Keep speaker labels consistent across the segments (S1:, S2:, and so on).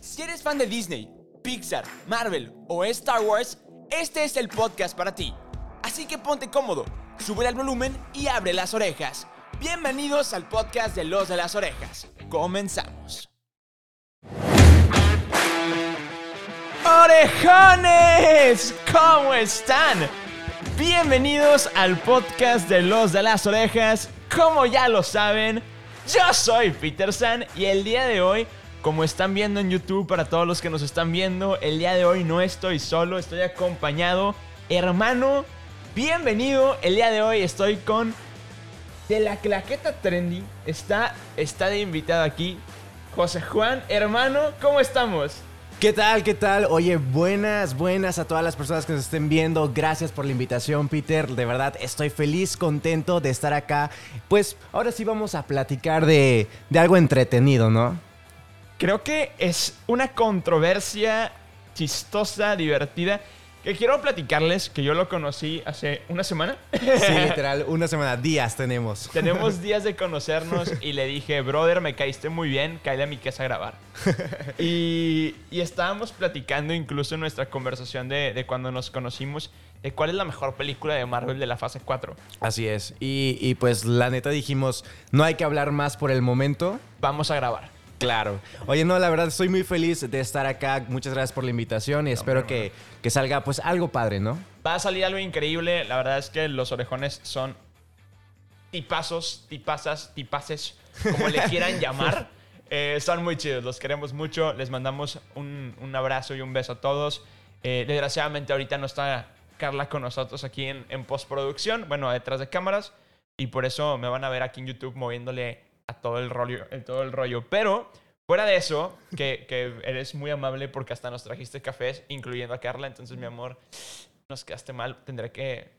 S1: Si eres fan de Disney, Pixar, Marvel o Star Wars, este es el podcast para ti. Así que ponte cómodo, sube el volumen y abre las orejas. Bienvenidos al podcast de Los de las Orejas. Comenzamos. ¡Orejones! ¿Cómo están? Bienvenidos al podcast de Los de las Orejas. Como ya lo saben, yo soy Peter San y el día de hoy, como están viendo en YouTube, para todos los que nos están viendo, el día de hoy no estoy solo, estoy acompañado. Hermano, bienvenido. El día de hoy estoy con de la claqueta trendy. Está, está de invitado aquí José Juan. Hermano, ¿cómo estamos?
S2: ¿Qué tal? ¿Qué tal? Oye, buenas, buenas a todas las personas que nos estén viendo. Gracias por la invitación, Peter. De verdad, estoy feliz, contento de estar acá. Pues ahora sí vamos a platicar de, de algo entretenido, ¿no?
S1: Creo que es una controversia chistosa, divertida, que quiero platicarles, que yo lo conocí hace una semana.
S2: Sí, literal, una semana, días tenemos.
S1: Tenemos días de conocernos y le dije, brother, me caíste muy bien, cállate a mi casa a grabar. Y, y estábamos platicando incluso en nuestra conversación de, de cuando nos conocimos de cuál es la mejor película de Marvel de la fase 4.
S2: Así es. Y, y pues la neta dijimos, no hay que hablar más por el momento.
S1: Vamos a grabar.
S2: Claro. Oye, no, la verdad estoy muy feliz de estar acá. Muchas gracias por la invitación y espero que, que salga pues algo padre, ¿no?
S1: Va a salir algo increíble. La verdad es que los orejones son tipazos, tipazas, tipaces, como le quieran llamar. Eh, son muy chidos, los queremos mucho. Les mandamos un, un abrazo y un beso a todos. Eh, desgraciadamente ahorita no está Carla con nosotros aquí en, en postproducción, bueno, detrás de cámaras. Y por eso me van a ver aquí en YouTube moviéndole a todo el rollo. el- todo el rollo. Pero fuera de eso, que, que eres muy amable porque hasta nos trajiste cafés, incluyendo a Carla. Entonces, mi amor, nos quedaste mal. Tendré que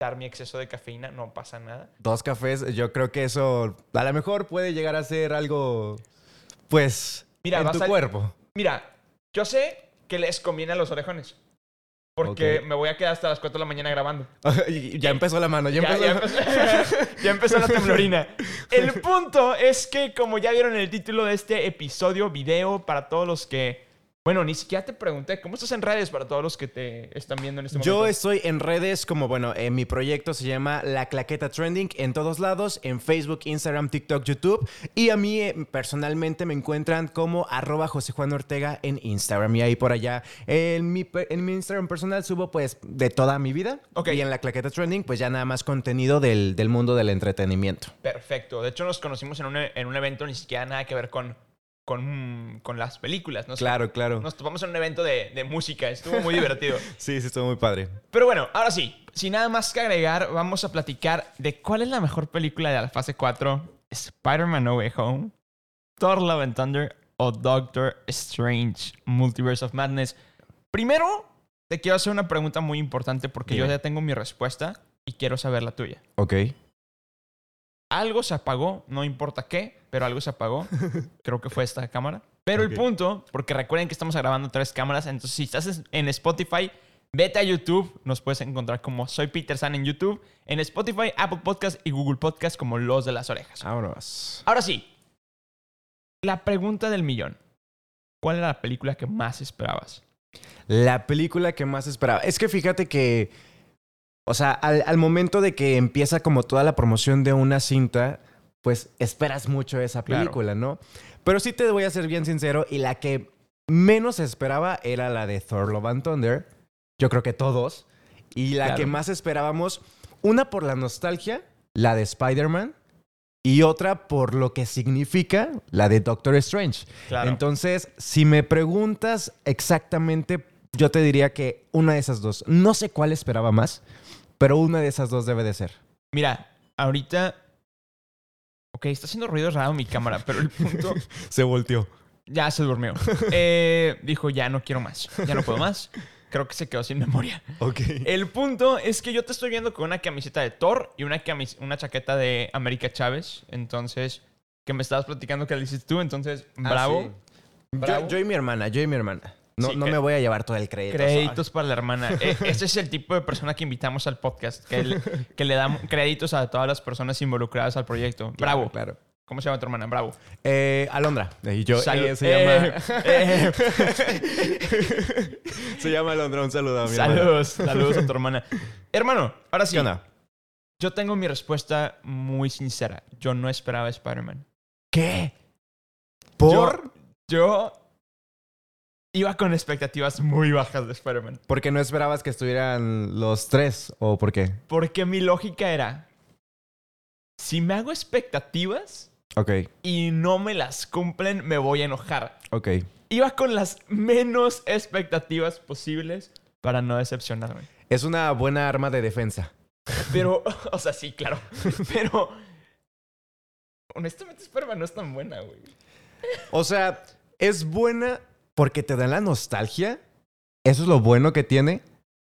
S1: dar mi exceso de cafeína. No pasa nada.
S2: Dos cafés, yo creo que eso a lo mejor puede llegar a ser algo, pues,
S1: Mira,
S2: en
S1: va a
S2: tu
S1: sal-
S2: cuerpo.
S1: Mira, yo sé que les conviene a los orejones. Porque
S2: Ok.
S1: me voy a quedar hasta las 4 de la mañana grabando.
S2: Y- y ya empezó la mano, ya,
S1: Ya,
S2: empezó.
S1: ya empezó, ya empezó la temblorina. El punto es que, como ya vieron en el título de este episodio, video, para todos los que. Bueno, ni siquiera te pregunté, ¿cómo estás en redes para todos los que te están viendo en este momento?
S2: Yo estoy en redes como, bueno, eh, mi proyecto se llama La Claqueta Trending en todos lados, en Facebook, Instagram, TikTok, YouTube. Y a mí eh, personalmente me encuentran como arroba José Juan Ortega en Instagram. Y ahí por allá, en mi, pe- en mi Instagram personal subo pues de toda mi vida.
S1: Ok.
S2: Y en La Claqueta Trending pues ya nada más contenido del, del mundo del entretenimiento.
S1: Perfecto. De hecho, nos conocimos en un, e- en un evento, ni siquiera nada que ver con, con, con las películas. ¿no?
S2: Claro, claro.
S1: Nos topamos en un evento de, de música, estuvo muy divertido.
S2: Sí, sí, estuvo muy padre.
S1: Pero bueno, ahora sí, sin nada más que agregar, vamos a platicar de cuál es la mejor película de la fase 4, Spider-Man No Way Home, Thor Love and Thunder o Doctor Strange Multiverse of Madness. Primero, te quiero hacer una pregunta muy importante porque yo
S2: Dime.
S1: ya tengo mi respuesta y quiero saber la tuya.
S2: Ok.
S1: Algo se apagó, no importa qué, pero algo se apagó. Creo que fue esta cámara. Pero el
S2: Ok.
S1: punto, porque recuerden que estamos grabando tres cámaras, entonces si estás es- en Spotify, vete a YouTube, nos puedes encontrar como Soy Peter San en YouTube, en Spotify, Apple Podcast y Google Podcast como Los de las Orejas.
S2: Vámonos.
S1: Ahora sí, la pregunta del millón. ¿Cuál era la película que más esperabas?
S2: La película que más esperaba. Es que fíjate que. O sea, al, al momento de que empieza como toda la promoción de una cinta, pues esperas mucho esa
S1: Claro.
S2: película, ¿no? Pero sí te voy a ser bien sincero, y la que menos esperaba era la de Thor Love and Thunder. Yo creo que todos. Y la
S1: Claro.
S2: que más esperábamos, una por la nostalgia, la de Spider-Man, y otra por lo que significa la de Doctor Strange. Entonces, si me preguntas exactamente, yo te diría que una de esas dos. No sé cuál esperaba más, pero una de esas dos debe de ser.
S1: Mira, ahorita... Ok, está haciendo ruido raro mi cámara, pero el punto
S2: Se volteó.
S1: Ya se durmió. Eh, dijo, ya no quiero más. Ya no puedo más. Creo que se quedó sin memoria.
S2: Ok.
S1: El punto es que yo te estoy viendo con una camiseta de Thor y una, camis- una chaqueta de América Chávez. Entonces, que me estabas platicando que le hiciste tú.
S2: Ah,
S1: Entonces, bravo.
S2: Eh,
S1: Bravo.
S2: Yo, yo y mi hermana, yo y mi hermana. No,
S1: Sí,
S2: no
S1: que-
S2: me voy a llevar todo el crédito.
S1: Créditos para la hermana. E- Ese es el tipo de persona que invitamos al podcast, que le, que le damos créditos a todas las personas involucradas al proyecto.
S2: Claro,
S1: Bravo.
S2: Claro.
S1: ¿Cómo se llama tu hermana? Bravo.
S2: Eh, Alondra. Y yo,
S1: Salud.
S2: eh, se
S1: Eh,
S2: llama.
S1: eh.
S2: Se llama Alondra, un saludo a mi hermana.
S1: Saludos, saludos a tu hermana. Hermano, ahora sí.
S2: ¿Qué onda?
S1: Yo tengo mi respuesta muy sincera. Yo no esperaba Spider-Man.
S2: ¿Qué? ¿Por?
S1: Yo, yo iba con expectativas muy bajas de Spider-Man.
S2: Porque no esperabas que estuvieran los tres, o por qué.
S1: Porque mi lógica era, si me hago expectativas
S2: Ok,
S1: y no me las cumplen, me voy a enojar.
S2: ok.
S1: Iba con las menos expectativas posibles para no decepcionarme.
S2: Es una buena arma de defensa.
S1: Pero, o sea, sí, claro. Pero, honestamente, Spider-Man no es tan buena, güey.
S2: O sea, es buena porque te da la nostalgia. Eso es lo bueno que tiene.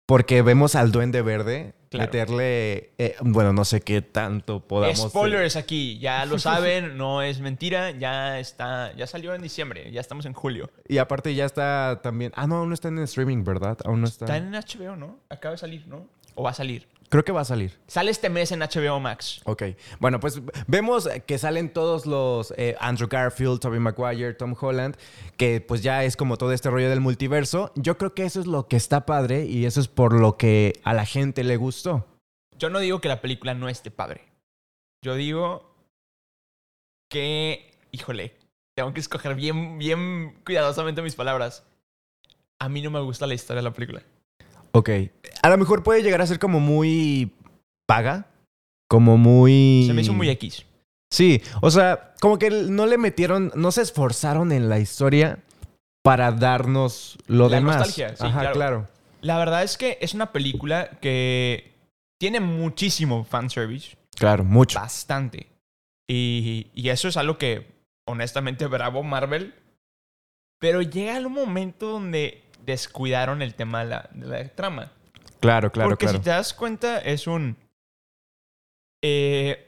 S2: Porque vemos al Duende Verde
S1: Claro.
S2: meterle. eh, bueno, no sé qué tanto podamos. eh,
S1: Spoilers aquí, ya lo saben, no es mentira, ya está, ya salió en diciembre, ya estamos en julio.
S2: Y aparte ya está también. Ah, no, aún no está en streaming, ¿verdad? Aún no está.
S1: Está en HBO, ¿no? Acaba de salir, ¿no? O va a salir.
S2: Creo que va a salir.
S1: Sale este mes en HBO Max.
S2: Ok. Bueno, pues vemos que salen todos los eh, Andrew Garfield, Tobey Maguire, Tom Holland, que pues ya es como todo este rollo del multiverso. Yo creo que eso es lo que está padre y eso es por lo que a la gente le gustó.
S1: Yo no digo que la película no esté padre. Yo digo que, híjole, tengo que escoger bien, bien cuidadosamente mis palabras. A mí no me gusta la historia de la película.
S2: Ok. A lo mejor puede llegar a ser como muy paga. Como muy.
S1: Se me hizo muy X.
S2: Sí, o sea, como que no le metieron, no se esforzaron en la historia para darnos lo
S1: La
S2: demás.
S1: nostalgia, sí,
S2: Ajá,
S1: claro.
S2: claro.
S1: La verdad es que es una película que tiene muchísimo fanservice.
S2: Claro, mucho.
S1: Bastante. Y, y eso es algo que, honestamente, bravo Marvel. Pero llega el momento donde descuidaron el tema de la, de la trama.
S2: Claro, claro,
S1: Porque
S2: claro.
S1: si te das cuenta, es un. eh,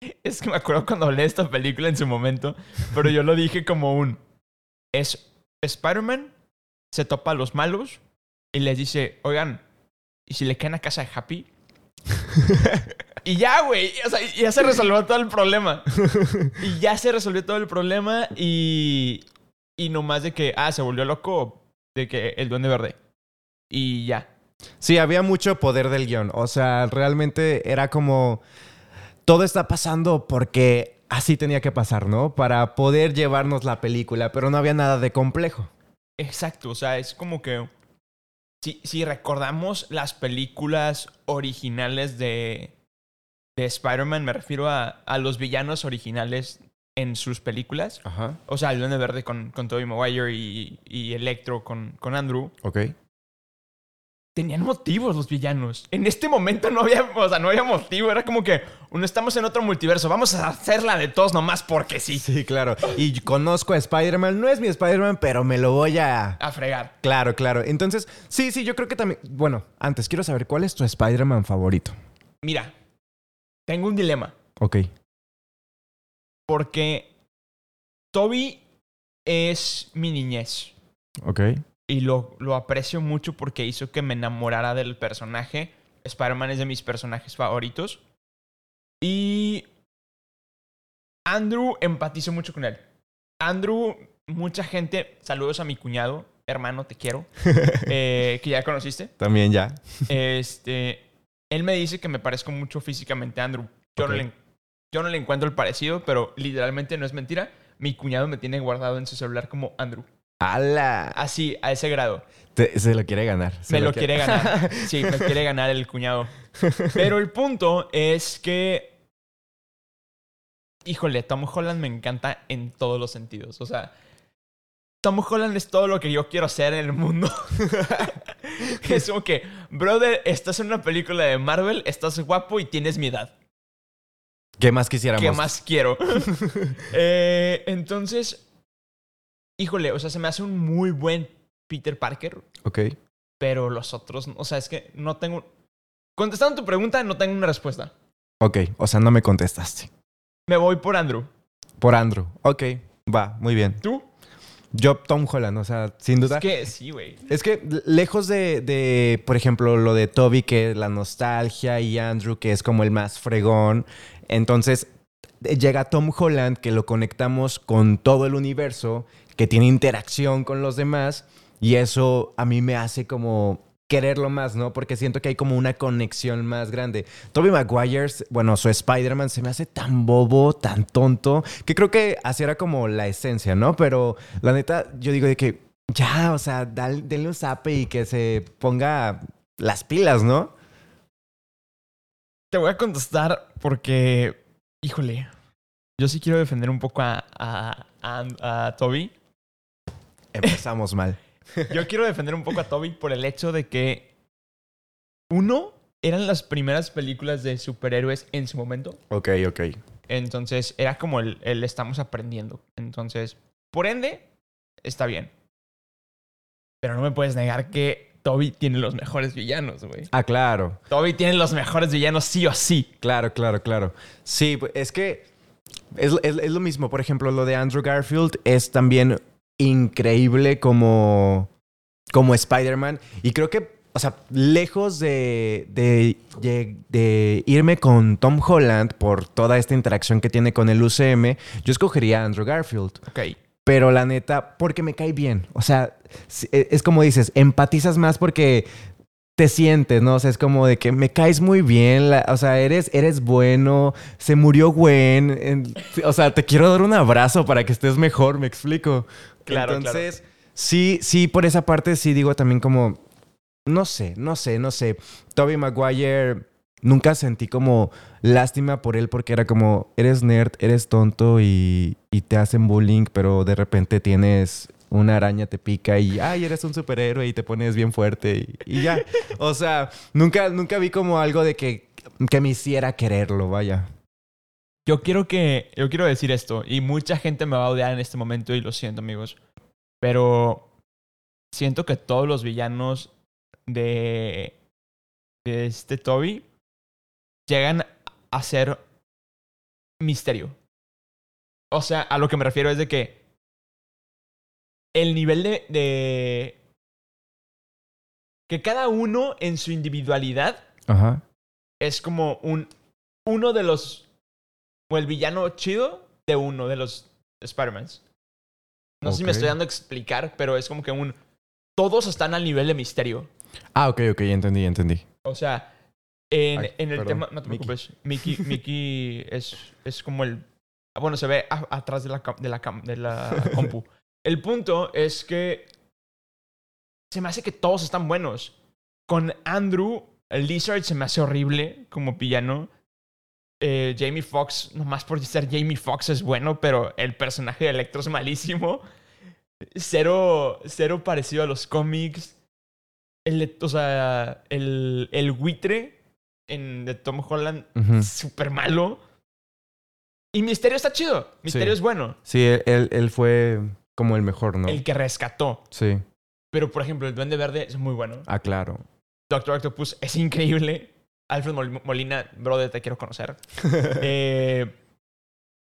S1: es que me acuerdo cuando hablé de esta película en su momento, pero yo lo dije como un. Es Spider-Man, se topa a los malos y les dice, oigan, ¿y si le caen a casa de Happy? y ya, güey, o sea, ya se resolvió todo el problema. Y ya se resolvió todo el problema y. Y nomás de que, ah, se volvió loco de que el duende verde. Y ya.
S2: Sí, había mucho poder del guión. O sea, realmente era como. Todo está pasando porque así tenía que pasar, ¿no? Para poder llevarnos la película, pero no había nada de complejo.
S1: Exacto, o sea, es como que si, si recordamos las películas originales de, de Spider-Man, me refiero a, a los villanos originales en sus películas,
S2: Ajá,
S1: o sea, el Duende Verde con, con Tobey Maguire y, y Electro con, con Andrew,
S2: ok.
S1: tenían motivos los villanos. En este momento no había, o sea, no había motivo, era como que no estamos en otro multiverso, vamos a hacerla de todos nomás porque sí,
S2: Sí, claro. Y conozco a Spider-Man. No es mi Spider-Man, pero me lo voy a.
S1: a fregar.
S2: Claro, claro. Entonces, sí, sí, yo creo que también. Bueno, antes quiero saber cuál es tu Spider-Man favorito.
S1: Mira, tengo un dilema.
S2: Ok.
S1: Porque Toby es mi niñez.
S2: Ok.
S1: Y lo, lo aprecio mucho porque hizo que me enamorara del personaje. Spider-Man es de mis personajes favoritos. Y Andrew empatizo mucho con él. Andrew, mucha gente, saludos a mi cuñado, hermano, te quiero, eh, que ya conociste.
S2: También ya.
S1: Este, él me dice que me parezco mucho físicamente a Andrew. Yo, no
S2: Ok.
S1: le, en- yo no le encuentro el parecido, pero literalmente no es mentira. Mi cuñado me tiene guardado en su celular como Andrew.
S2: ¡Hala!
S1: Así, a ese grado.
S2: Te- se lo quiere ganar. se
S1: me lo quiere ganar. Sí, me quiere ganar el cuñado. Pero el punto es que... Híjole, Tom Holland me encanta en todos los sentidos. O sea, Tom Holland es todo lo que yo quiero ser en el mundo. es como que, brother, estás en una película de Marvel, estás guapo y tienes mi edad.
S2: ¿Qué más quisiéramos?
S1: ¿Qué más quiero? Eh, entonces, híjole, o sea, se me hace un muy buen Peter Parker,
S2: Ok.
S1: pero los otros, o sea, es que no tengo... Contestando tu pregunta, no tengo una respuesta.
S2: Ok. O sea, no me contestaste.
S1: Me voy por Andrew.
S2: Por Andrew. Ok. Va, muy bien.
S1: ¿Tú?
S2: Yo, Tom Holland, o sea, sin
S1: Es
S2: duda.
S1: que sí, güey.
S2: Es que lejos de, de, por ejemplo, lo de Toby, que es la nostalgia, y Andrew, que es como el más fregón. Entonces, eh, llega Tom Holland, que lo conectamos con todo el universo, que tiene interacción con los demás, y eso a mí me hace como quererlo más, ¿no? Porque siento que hay como una conexión más grande. Toby Maguire, bueno, su Spider-Man se me hace tan bobo, tan tonto, que creo que así era como la esencia, ¿no? Pero la neta, yo digo de que ya, o sea, dale, denle un zape y que se ponga las pilas, ¿no?
S1: Te voy a contestar porque, híjole, yo sí quiero defender un poco a, a, a, a Toby.
S2: Empezamos mal.
S1: Yo quiero defender un poco a Toby por el hecho de que uno eran las primeras películas de superhéroes en su momento.
S2: Ok, ok.
S1: Entonces era como el, el estamos aprendiendo. Entonces, por ende, está bien. Pero no me puedes negar que Toby tiene los mejores villanos, güey.
S2: Ah, claro.
S1: Toby tiene los mejores villanos sí o sí.
S2: Claro, claro, claro. Sí, pues, es que es, es, es lo mismo. Por ejemplo, lo de Andrew Garfield es también increíble como, como Spider-Man. Y creo que, o sea, lejos de, de, de, de, irme con Tom Holland por toda esta interacción que tiene con el UCM, yo escogería a Andrew Garfield.
S1: Ok.
S2: Pero la neta, porque me cae bien. O sea, e, es como dices, empatizas más porque te sientes, ¿no? O sea, es como de que me caes muy bien, la, o sea, eres, eres bueno, se murió Gwen, en, o sea, te quiero dar un abrazo para que estés mejor, me explico.
S1: Claro,
S2: Entonces,
S1: claro.
S2: sí, sí, por esa parte sí digo también como, no sé, no sé, no sé, Toby Maguire, nunca sentí como lástima por él porque era como, eres nerd, eres tonto y, y te hacen bullying, pero de repente tienes una araña te pica y ay, eres un superhéroe y te pones bien fuerte y, y ya. O sea, nunca, nunca vi como algo de que, que, me hiciera quererlo, vaya.
S1: Yo quiero que. Yo quiero decir esto, y mucha gente me va a odiar en este momento, y lo siento, amigos. Pero siento que todos los villanos de. de este Toby llegan a ser misterio. O sea, a lo que me refiero es de que el nivel de, de, que cada uno en su individualidad
S2: Ajá.
S1: es como un uno de los o el villano chido de uno de los Spider-Mans. No sé si
S2: Ok.
S1: me estoy dando a explicar, pero es como que un todos están al nivel de misterio.
S2: Ah, ok, ok, ya entendí, ya entendí.
S1: O sea, en,
S2: Ay,
S1: en el
S2: perdón,
S1: tema. No te
S2: Mickey.
S1: preocupes. Mickey, Mickey es, es como el. ah, Bueno, se ve a- atrás de la, cam- de la, cam- de la compu. El punto es que. Se me hace que todos están buenos. Con Andrew, el Lizard se me hace horrible como villano. Eh, Jamie Foxx, nomás por ser Jamie Foxx es bueno, pero el personaje de Electro es malísimo. Cero, cero parecido a los cómics. El, o sea, el, el buitre en, de Tom Holland,
S2: Ujú.
S1: súper malo. Y Misterio está chido. Misterio
S2: Sí.
S1: es bueno.
S2: Sí, él, él- él fue como el mejor, ¿no?
S1: El que rescató.
S2: Sí.
S1: Pero, por ejemplo, el Duende Verde es muy bueno.
S2: Ah, claro.
S1: Doctor Octopus pues, es increíble. Alfred Mol- Molina, brother, te quiero conocer. Eh,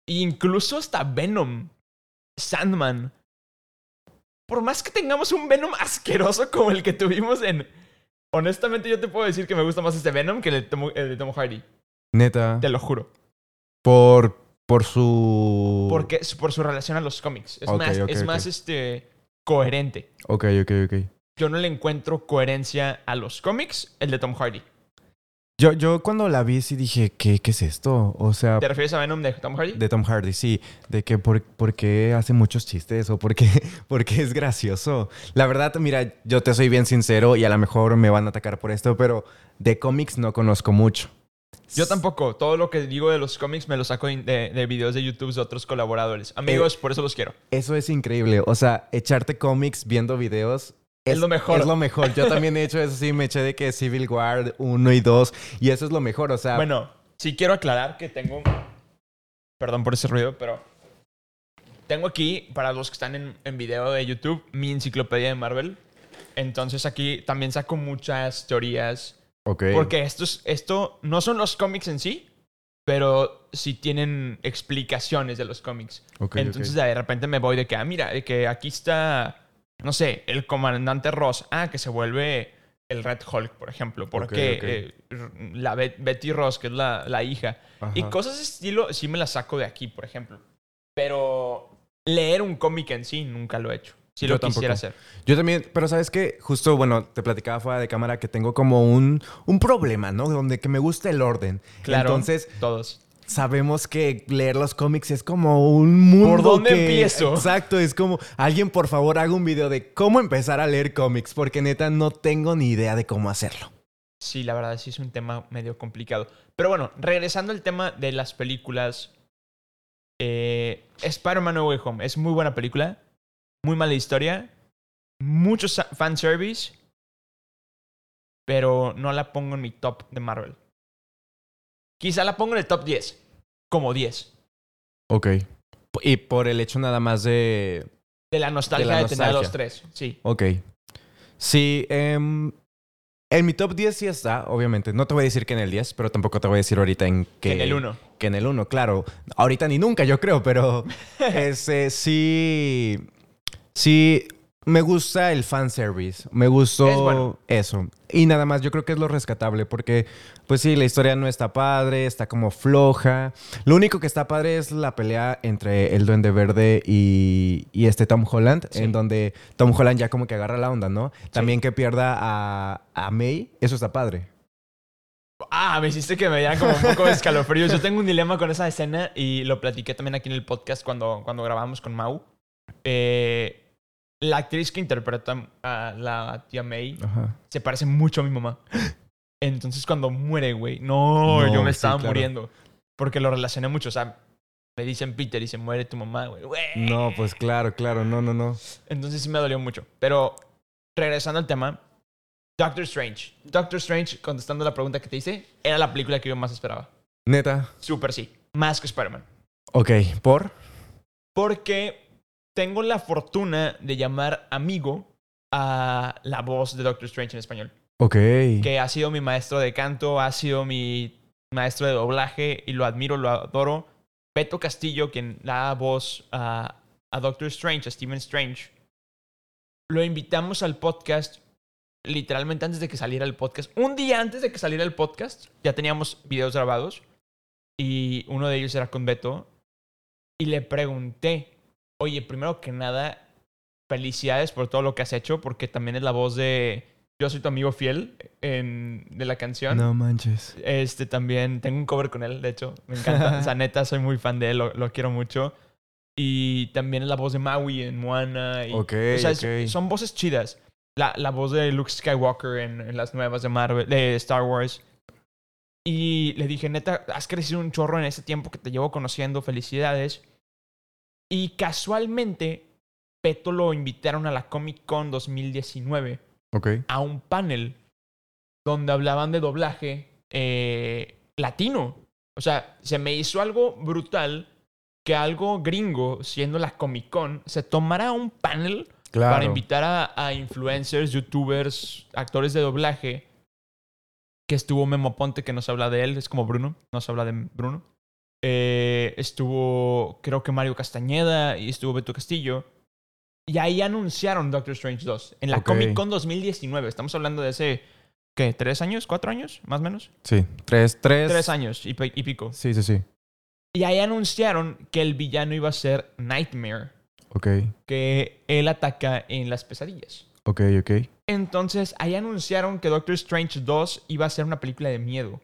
S1: incluso hasta Venom, Sandman. Por más que tengamos un Venom asqueroso como el que tuvimos en... Honestamente, yo te puedo decir que me gusta más este Venom que el de Tom, el de Tom Hardy.
S2: Neta.
S1: Te lo juro.
S2: Por, por su...
S1: Porque es por su relación a los cómics. Es
S2: Ok,
S1: más,
S2: ok,
S1: es
S2: ok.
S1: más este, coherente.
S2: Ok, ok, ok.
S1: Yo no le encuentro coherencia a los cómics, el de Tom Hardy.
S2: Yo, yo cuando la vi sí dije, ¿qué, qué es esto? O sea,
S1: ¿Te refieres a Venom de Tom Hardy?
S2: De Tom Hardy, sí. De que por, por qué hace muchos chistes o por qué, por qué es gracioso. La verdad, mira, yo te soy bien sincero y a lo mejor me van a atacar por esto, pero de cómics no conozco mucho.
S1: Yo tampoco. Todo lo que digo de los cómics me lo saco in- de, de videos de YouTube de otros colaboradores. Amigos,
S2: Eh,
S1: por eso los quiero.
S2: Eso es increíble. O sea, echarte cómics viendo videos.
S1: Es lo mejor.
S2: Es lo mejor. Yo también he hecho eso, sí. Me eché de que Civil War 1 y 2. Y eso es lo mejor. O sea,
S1: Bueno, sí quiero aclarar que tengo... Perdón por ese ruido, pero... Tengo aquí, para los que están en, en video de YouTube, mi enciclopedia de Marvel. Entonces aquí también saco muchas teorías.
S2: ok.
S1: Porque esto, es- esto no son los cómics en sí, pero sí tienen explicaciones de los cómics.
S2: ok, ok.
S1: Entonces de repente me voy de que, ah, mira, de que aquí está, no sé, el comandante Ross, ah, que se vuelve el Red Hulk, por ejemplo, porque eh, la Bet- Betty Ross, que es la, la hija, y
S2: Ajá.
S1: cosas de estilo, sí me las saco de aquí, por ejemplo. Pero leer un cómic en sí nunca lo he hecho. Si
S2: Yo
S1: lo quisiera
S2: tampoco.
S1: hacer.
S2: Yo también, pero sabes que justo, bueno, te platicaba fuera de cámara que tengo como un, un problema, ¿no? Donde que me gusta el orden.
S1: Claro.
S2: Entonces,
S1: Todos.
S2: sabemos que leer los cómics es como un mundo.
S1: ¿Por dónde
S2: que-
S1: empiezo?
S2: Exacto, es como alguien, por favor, haga un video de cómo empezar a leer cómics, porque neta no tengo ni idea de cómo hacerlo.
S1: Sí, la verdad sí es un tema medio complicado. Pero bueno, regresando al tema de las películas. eh, Spider-Man No Way Home es muy buena película, muy mala historia, mucho sa- fanservice, pero no la pongo en mi top de Marvel. Quizá la pongo en el top 10, como 10,
S2: Ok. Y por el hecho nada más de.
S1: de la nostalgia de, tener a los
S2: nostalgia.
S1: tres. Sí,
S2: Ok. Sí, em, en mi top 10 sí está, obviamente. No te voy a decir que en el 10, pero tampoco te voy a decir ahorita en que.
S1: en el 1.
S2: que en el 1, claro. Ahorita ni nunca, yo creo, pero ese sí. Sí, me gusta el fanservice. Me gustó
S1: Es bueno.
S2: eso. Y nada más, yo creo que es lo rescatable, porque, pues sí, la historia no está padre, está como floja. Lo único que está padre es la pelea entre el Duende Verde y, y este Tom Holland,
S1: Sí.
S2: en donde Tom Holland ya como que agarra la onda, ¿no? También que pierda a, a May, eso está padre.
S1: Ah, me hiciste que me dieran como un poco de escalofríos. Yo tengo un dilema con esa escena y lo platiqué también aquí en el podcast cuando, cuando grabamos con Mau. Eh, la actriz que interpreta a la tía May
S2: Ajá.
S1: se parece mucho a mi mamá. Entonces cuando muere, güey, no,
S2: No,
S1: yo me
S2: sí,
S1: estaba
S2: claro.
S1: muriendo. Porque lo relacioné mucho, o sea, me dicen Peter y se muere tu mamá, güey. güey.
S2: No, pues claro, claro, no, no, no.
S1: Entonces sí me dolió mucho. Pero regresando al tema, Doctor Strange. Doctor Strange, contestando la pregunta que te hice, era la película que yo más esperaba.
S2: Neta.
S1: Super sí. Más que Spider-Man.
S2: Ok, ¿por?
S1: Porque tengo la fortuna de llamar amigo a la voz de Doctor Strange en español.
S2: Ok.
S1: Que ha sido mi maestro de canto, ha sido mi maestro de doblaje y lo admiro, lo adoro. Beto Castillo, quien da voz a, a Doctor Strange, a Stephen Strange. Lo invitamos al podcast literalmente antes de que saliera el podcast. Un día antes de que saliera el podcast, ya teníamos videos grabados y uno de ellos era con Beto. Y le pregunté, oye, primero que nada, felicidades por todo lo que has hecho, porque también es la voz de Yo soy tu amigo fiel en, de la canción.
S2: No manches.
S1: Este también, tengo un cover con él, de hecho, me encanta. o sea, neta, soy muy fan de él, lo, lo quiero mucho. Y también es la voz de Maui en Moana. Y,
S2: Ok,
S1: o sea, es-
S2: ok.
S1: son voces chidas. La, la voz de Luke Skywalker en, en las nuevas de Marvel, de Star Wars. Y le dije, neta, has crecido un chorro en ese tiempo que te llevo conociendo, felicidades. Y casualmente, Peto lo invitaron a la Comic Con 2019
S2: Ok.
S1: a un panel donde hablaban de doblaje eh, latino. O sea, se me hizo algo brutal que algo gringo, siendo la Comic Con, se tomara un panel
S2: Claro.
S1: para invitar a, a influencers, youtubers, actores de doblaje. Que estuvo Memo Ponte, que nos habla de él, es como Bruno, nos habla de Bruno. Eh, estuvo, creo que Mario Castañeda y estuvo Beto Castillo. Y ahí anunciaron Doctor Strange 2 en la
S2: Ok.
S1: Comic Con 2019. Estamos hablando de hace, ¿qué? ¿Tres años? ¿Cuatro años? ¿Más o menos?
S2: Sí. Tres, tres.
S1: Tres años y, pe- y pico.
S2: Sí, sí, sí.
S1: Y ahí anunciaron que el villano iba a ser Nightmare,
S2: Ok,
S1: que él ataca en las pesadillas.
S2: ok, ok.
S1: Entonces, ahí anunciaron que Doctor Strange 2 iba a ser una película de miedo.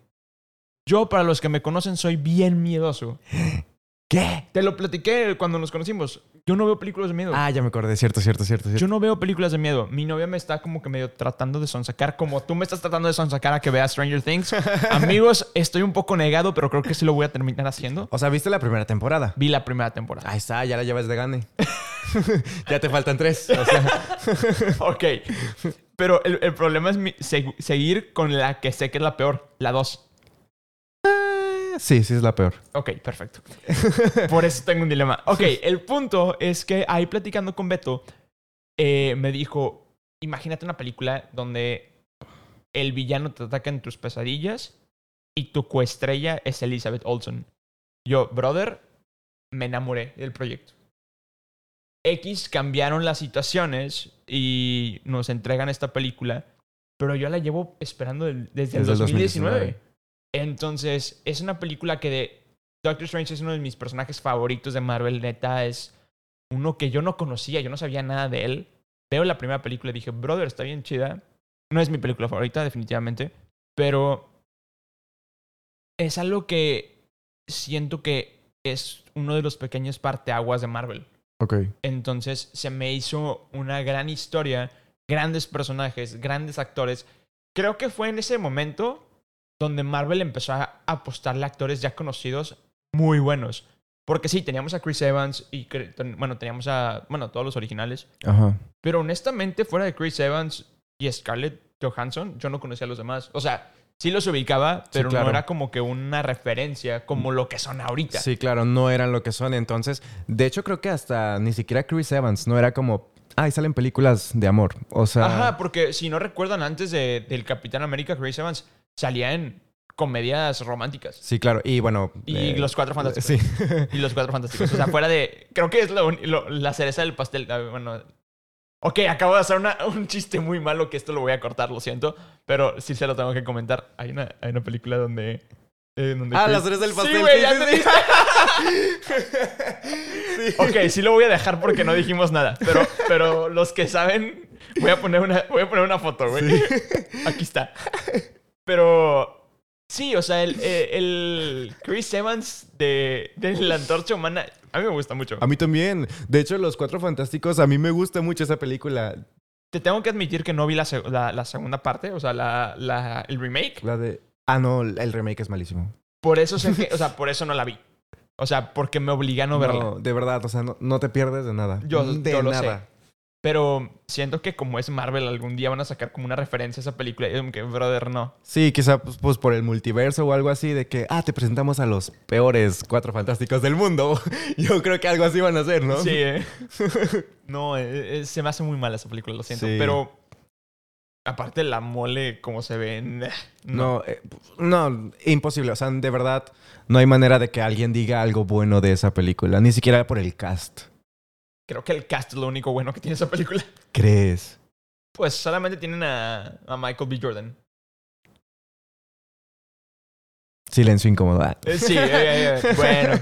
S1: Yo, para los que me conocen, soy bien miedoso.
S2: ¿Qué?
S1: Te lo platiqué cuando nos conocimos. Yo no veo películas de miedo.
S2: Ah, ya me acordé. Cierto, cierto, cierto. cierto.
S1: Yo no veo películas de miedo. Mi novia me está como que medio tratando de sonsacar, como tú me estás tratando de sonsacar a que veas Stranger Things. Amigos, estoy un poco negado, pero creo que sí lo voy a terminar haciendo.
S2: O sea, ¿viste la primera temporada?
S1: Vi la primera temporada.
S2: Ahí está, ya la llevas de gane. ya te faltan tres. O sea,
S1: ok. Pero el, el problema es mi- segu- seguir con la que sé que es la peor, la 2.
S2: sí, sí es la peor.
S1: Ok, perfecto. Por eso tengo un dilema. Ok, el punto es que ahí platicando con Beto, eh, me dijo, imagínate una película donde el villano te ataca en tus pesadillas y tu coestrella es Elizabeth Olsen. Yo, brother, me enamoré del proyecto. X cambiaron las situaciones y nos entregan esta película, pero yo la llevo esperando del- desde, el
S2: Desde el
S1: 2019.
S2: 2019.
S1: Entonces, es una película que de Doctor Strange es uno de mis personajes favoritos de Marvel, neta, es uno que yo no conocía, yo no sabía nada de él. Veo la primera película y dije, brother, está bien chida. No es mi película favorita, definitivamente, pero es algo que siento que es uno de los pequeños parteaguas de Marvel.
S2: Ok.
S1: Entonces se me hizo una gran historia, grandes personajes, grandes actores. Creo que fue en ese momento donde Marvel empezó a apostarle a actores ya conocidos muy buenos. Porque sí, teníamos a Chris Evans y, cre- ten- bueno, teníamos a, bueno, todos los originales.
S2: Ajá.
S1: Pero honestamente, fuera de Chris Evans y Scarlett Johansson, yo no conocía a los demás. O sea, sí los ubicaba, pero
S2: claro. Mm.
S1: no era como que una referencia como lo que son ahorita.
S2: Sí, claro, no eran lo que son. Entonces, de hecho, creo que hasta ni siquiera Chris Evans no era como. Ay, salen películas de amor. O sea.
S1: Ajá, porque si no recuerdan, antes de, del Capitán América, Chris Evans salía en comedias románticas.
S2: Sí, claro. Y bueno.
S1: Y
S2: eh,
S1: Los Cuatro Fantásticos.
S2: Sí.
S1: Y los cuatro fantásticos. O sea, fuera de. Creo que es lo un- lo- la cereza del pastel. Ah, Bueno. Ok, acabo de hacer una- un chiste muy malo que esto lo voy a cortar, lo siento. Pero sí se lo tengo que comentar. Hay una, hay una película donde. eh, donde
S2: Ah,
S1: Chris-
S2: la cereza del pastel,
S1: Sí, güey,
S2: sí,
S1: ya
S2: sí,
S1: te
S2: sí.
S1: dije. Ok, sí lo voy a dejar porque no dijimos nada. Pero, pero los que saben, voy a poner una, voy a poner una foto, güey. Aquí está. Pero sí, o sea, el, el- el Chris Evans de, de la antorcha humana, a mí me gusta mucho.
S2: A mí también. De hecho, Los Cuatro Fantásticos, a mí me gusta mucho esa película.
S1: Te tengo que admitir que no vi la, seg- la- la segunda parte, o sea, la, la- el remake.
S2: La de. Ah, no, el remake es malísimo.
S1: Por eso sé que, o sea, por eso no la vi. O sea, porque me obligué a no verla.
S2: de verdad, o sea, no, no te pierdes de nada.
S1: Yo-
S2: de
S1: yo lo sé.
S2: nada.
S1: Pero siento que como es Marvel, algún día van a sacar como una referencia a esa película. Y es como que, brother, no.
S2: Sí, quizá pues, pues, por el multiverso o algo así de que, ah, te presentamos a los peores cuatro fantásticos del mundo. Yo creo que algo así van a hacer, ¿no?
S1: Sí, eh. No, eh, eh, se me hace muy mal esa película, lo siento.
S2: Sí.
S1: Pero aparte la mole como se ve... nah,
S2: No, eh, no, imposible. O sea, de verdad, no hay manera de que alguien diga algo bueno de esa película. Ni siquiera por el cast.
S1: Creo que el cast es lo único bueno que tiene esa película.
S2: ¿Crees?
S1: Pues solamente tienen a, a Michael B. Jordan.
S2: Silencio incómodo. Ah.
S1: Eh, sí, eh, eh, eh, bueno.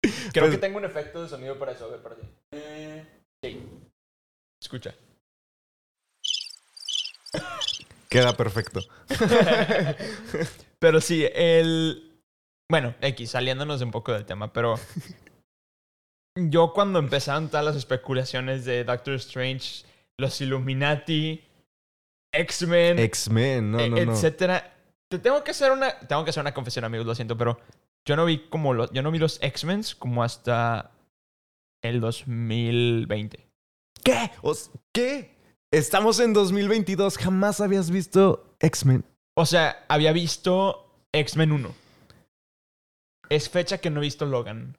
S1: Creo
S2: Pues-
S1: que tengo un efecto de sonido para eso. A ver, espérate. Eh, sí. Escucha.
S2: Queda perfecto.
S1: Pero sí, el. Bueno, X, saliéndonos un poco del tema, pero. Yo cuando empezaron todas las especulaciones de Doctor Strange, los Illuminati, X-Men,
S2: X-Men, no,
S1: e-
S2: no, no.
S1: etcétera. Te tengo que hacer una. Tengo que hacer una confesión, amigos, lo siento, pero yo no vi como los. Yo no vi los X-Men como hasta el 2020.
S2: ¿Qué? Os- ¿Qué? Estamos en 2022. Jamás habías visto X-Men.
S1: O sea, había visto X-Men 1. Es fecha que no he visto Logan.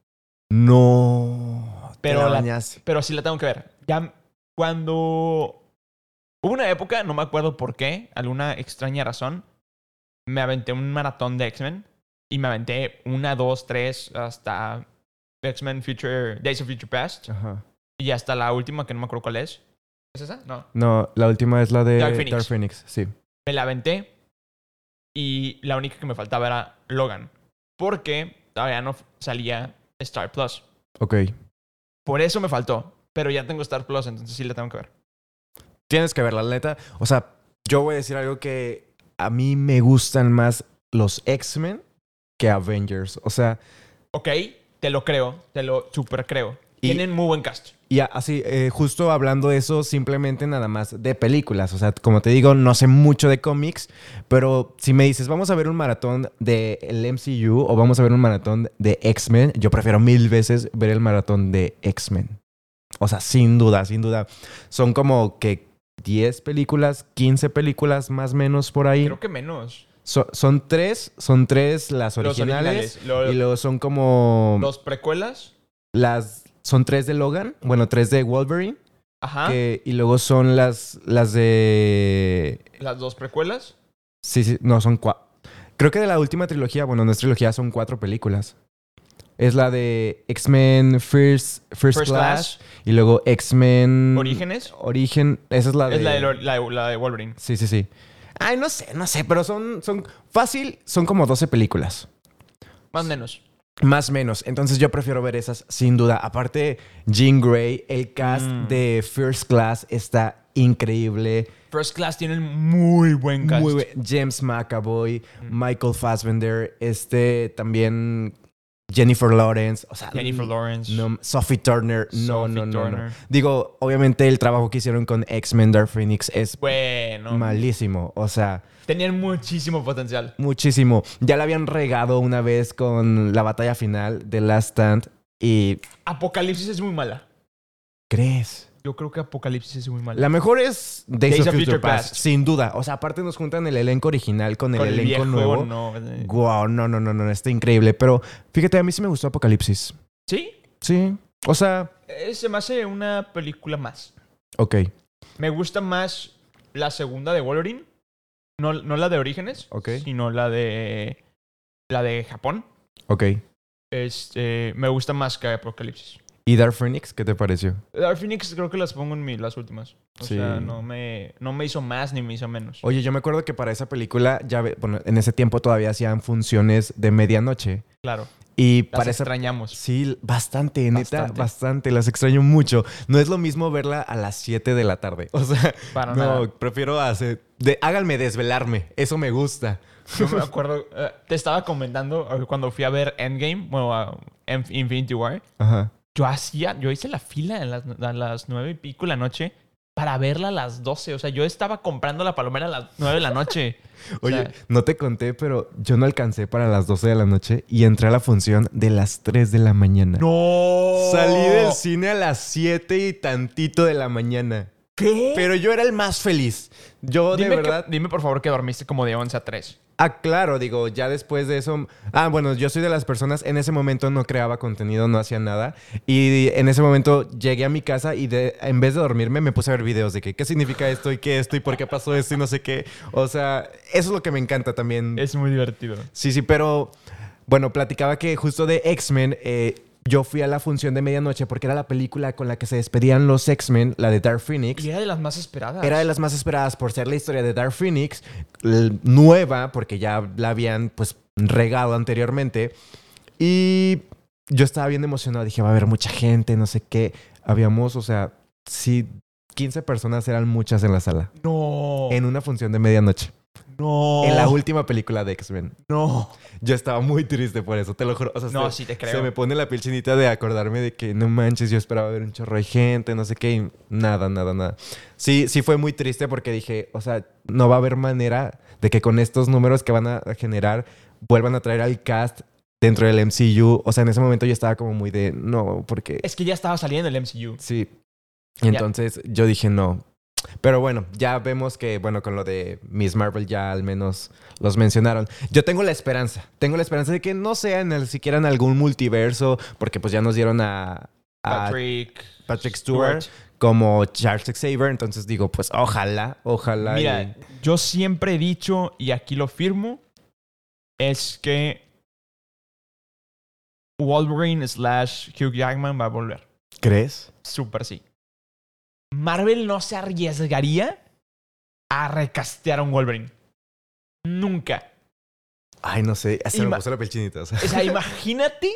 S2: No.
S1: Pero
S2: te la
S1: la-
S2: bañaste.
S1: pero sí la tengo que ver. Ya cuando hubo una época, no me acuerdo por qué, alguna extraña razón, me aventé un maratón de X-Men y me aventé una, dos, tres hasta X-Men Future Days of Future Past
S2: Ajá.
S1: y hasta la última que no me acuerdo cuál es. ¿Es esa? No.
S2: No, la última es la de
S1: Dark Phoenix.
S2: Dark Phoenix. Sí.
S1: me la aventé y la única que me faltaba era Logan, porque todavía no salía Star Plus.
S2: Ok.
S1: Por eso me faltó, pero ya tengo Star Plus, entonces sí la tengo que ver.
S2: Tienes que verla, la neta. O sea, yo voy a decir algo que a mí me gustan más los X-Men que Avengers. O sea,
S1: Ok, te lo creo, te lo super creo.
S2: Y-
S1: Tienen muy buen cast.
S2: y a- así, eh, justo hablando de eso, simplemente nada más de películas. O sea, como te digo, no sé mucho de cómics, pero si me dices, vamos a ver un maratón del MCU o vamos a ver un maratón de X-Men, yo prefiero mil veces ver el maratón de X-Men. O sea, sin duda, sin duda. Son como que 10 películas, 15 películas más o menos por ahí.
S1: Creo que menos.
S2: So- son tres, son tres las
S1: Los
S2: originales.
S1: originales. Lo-
S2: y luego son como
S1: Los precuelas.
S2: las son tres de Logan, bueno, tres de Wolverine,
S1: Ajá.
S2: que- y luego son las las de
S1: Las dos precuelas.
S2: sí, sí, no son cuatro. Creo que de la última trilogía, bueno, no es trilogía, son cuatro películas. Es la de X-Men First, First,
S1: First
S2: Class,
S1: Class.
S2: y luego X-Men
S1: Orígenes.
S2: Origen, esa es la de
S1: Es la de, lo- la, de- la de Wolverine.
S2: Sí, sí, sí. Ay, no sé, no sé, pero son, son fácil, son como 12 películas.
S1: Más o menos.
S2: Más o menos. Entonces yo prefiero ver esas, sin duda. Aparte, Jean Grey, el cast
S1: Mm.
S2: de First Class está increíble.
S1: First Class tiene un Mm. muy buen cast.
S2: Muy buen- James McAvoy, Michael Fassbender, este también Jennifer Lawrence. O sea,
S1: Jennifer Lawrence.
S2: no, Sophie Turner. no,
S1: Sophie
S2: no, no, no.
S1: Turner.
S2: Digo, obviamente el trabajo que hicieron con X-Men Dark Phoenix es
S1: Bueno.
S2: malísimo. O sea,
S1: Tenían muchísimo potencial.
S2: muchísimo. Ya la habían regado una vez con la batalla final de Last Stand y...
S1: Apocalipsis es muy mala.
S2: ¿Crees?
S1: Yo creo que Apocalipsis es muy mala.
S2: La mejor es Days, of, Future, Past,
S1: Past.
S2: sin duda. O sea, aparte nos juntan el elenco original con el
S1: Con
S2: elenco
S1: viejo,
S2: nuevo.
S1: no, eh.
S2: Wow, no, no, no, no, está increíble. Pero fíjate, a mí sí me gustó Apocalipsis.
S1: Sí,
S2: Sí. O sea,
S1: eh, se me hace una película más.
S2: ok,
S1: Me gusta más la segunda de Wolverine. No, no la de Orígenes,
S2: Ok.
S1: sino la de. La de Japón.
S2: ok.
S1: Este, me gusta más que Apocalipsis.
S2: ¿Y Dark Phoenix? ¿Qué te pareció?
S1: Dark Phoenix creo que las pongo en mi, las últimas. O
S2: Sí.
S1: sea, no me, no me hizo más ni me hizo menos.
S2: Oye, yo me acuerdo que para esa película, ya ve- bueno, en ese tiempo todavía hacían funciones de medianoche.
S1: Claro,
S2: Y
S1: las
S2: para esa
S1: extrañamos.
S2: Sí, bastante, neta,
S1: Bastante.
S2: bastante. Las extraño mucho. No es lo mismo verla a las 7 de la tarde. O sea,
S1: Para
S2: no,
S1: nada.
S2: prefiero hacer. de- háganme desvelarme. Eso me gusta.
S1: Yo me acuerdo, eh, te estaba comentando eh, cuando fui a ver Endgame, bueno, a Inf- Infinity War.
S2: Ajá.
S1: Yo hacía, yo hice la fila a las, a las nueve y pico de la noche para verla a las doce. O sea, yo estaba comprando la palomera a las nueve de la noche. O
S2: Oye,
S1: sea,
S2: no te conté, pero yo no alcancé para las 12 de la noche y entré a la función de las 3 de la mañana.
S1: ¡No!
S2: Salí del cine a las 7 y tantito de la mañana.
S1: ¿Qué?
S2: Pero yo era el más feliz. Yo,
S1: dime
S2: de
S1: que-
S2: verdad.
S1: dime por favor que dormiste como de 11 a 3.
S2: Ah, claro, digo, ya después de eso. Ah, bueno, yo soy de las personas. En ese momento no creaba contenido, no hacía nada. Y en ese momento llegué a mi casa y de, en vez de dormirme me puse a ver videos de que qué significa esto y qué esto y por qué pasó esto y no sé qué. O sea, eso es lo que me encanta también.
S1: Es muy divertido.
S2: Sí, sí, pero bueno, platicaba que justo de X-Men, eh, yo fui a la función de medianoche porque era la película con la que se despedían los X-Men, la de Dark Phoenix.
S1: Y era de las más esperadas.
S2: Era de las más esperadas por ser la historia de Dark Phoenix, l- nueva, porque ya la habían pues regado anteriormente. Y yo estaba bien emocionado, dije, va a haber mucha gente, no sé qué. Habíamos, o sea, sí, 15 personas eran muchas en la sala,
S1: No.
S2: en una función de medianoche,
S1: no.
S2: en la última película de X-Men.
S1: No.
S2: Yo estaba muy triste por eso, te lo juro. O sea,
S1: No,
S2: se,
S1: sí te
S2: se
S1: creo.
S2: me pone la piel chinita de acordarme de que no manches, yo esperaba ver un chorro de gente, no sé qué, y nada, nada, nada. Sí, sí fue muy triste porque dije, o sea, no va a haber manera de que con estos números que van a generar vuelvan a traer al cast dentro del MCU. O sea, en ese momento yo estaba como muy de, no, porque
S1: Es que ya estaba saliendo el MCU.
S2: Sí.
S1: Ya.
S2: Entonces yo dije no. Pero bueno, ya vemos que, bueno, con lo de Miss Marvel ya al menos los mencionaron. Yo tengo la esperanza. Tengo la esperanza de que no sea en el- siquiera en algún multiverso, porque pues ya nos dieron a, a Ah, Patrick.
S1: Patrick.
S2: Stewart, como Charles Xavier. Entonces digo, pues ojalá, ojalá. y-
S1: Mira, yo siempre he dicho, y aquí lo firmo, es que Wolverine slash Hugh Jackman va a volver.
S2: ¿Crees?
S1: Súper sí. Marvel no se arriesgaría a recastear a un Wolverine. Nunca.
S2: Ay, no sé. Se me
S1: Ima-
S2: puso la pelchinita.
S1: O sea, imagínate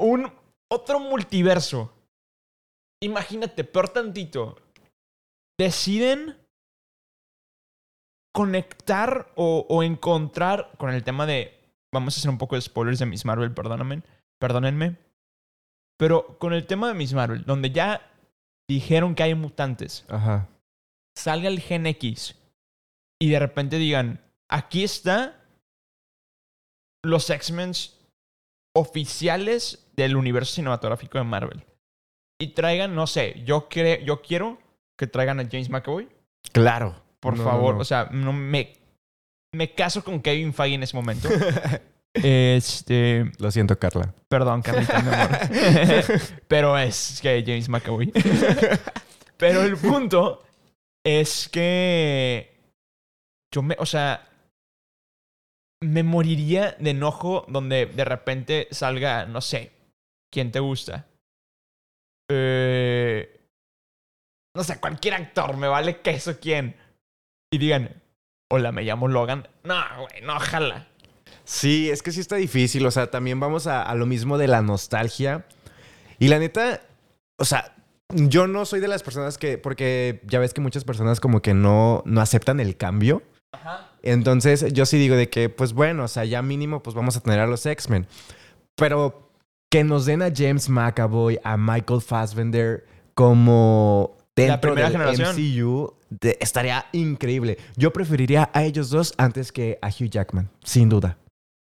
S1: un otro multiverso. Imagínate, peor tantito. Deciden conectar o, o encontrar con el tema de. Vamos a hacer un poco de spoilers de Miss Marvel, perdónenme. Perdónenme. Pero con el tema de Miss Marvel, donde ya dijeron que hay mutantes
S2: Ajá.
S1: salga el Gen X y de repente digan, aquí está los X-Men oficiales del universo cinematográfico de Marvel. Y traigan, no sé, yo, creo, yo quiero que traigan a James McAvoy,
S2: Claro.
S1: por
S2: No, no,
S1: favor.
S2: no.
S1: O sea, no me, me caso con Kevin Feige en ese momento. este,
S2: Lo siento, Carla.
S1: perdón, Carlita, mi amor. Pero es que James McAvoy. Pero el punto es que yo me, o sea, me moriría de enojo donde de repente salga, no sé, quién te gusta. Eh, no sé, cualquier actor, me vale queso quién. Y digan, Hola, me llamo Logan. No, güey, no, ojalá.
S2: Sí, es que sí está difícil. O sea, también vamos a, a, lo mismo de la nostalgia. Y la neta, o sea, yo no soy de las personas que, porque ya ves que muchas personas como que no, no aceptan el cambio. Ajá. Entonces yo sí digo de que, pues bueno, o sea, ya mínimo pues vamos a tener a los X-Men. Pero que nos den a James McAvoy, a Michael Fassbender como dentro la primera del generación. MCU de, estaría increíble. Yo preferiría a ellos dos antes que a Hugh Jackman, sin duda.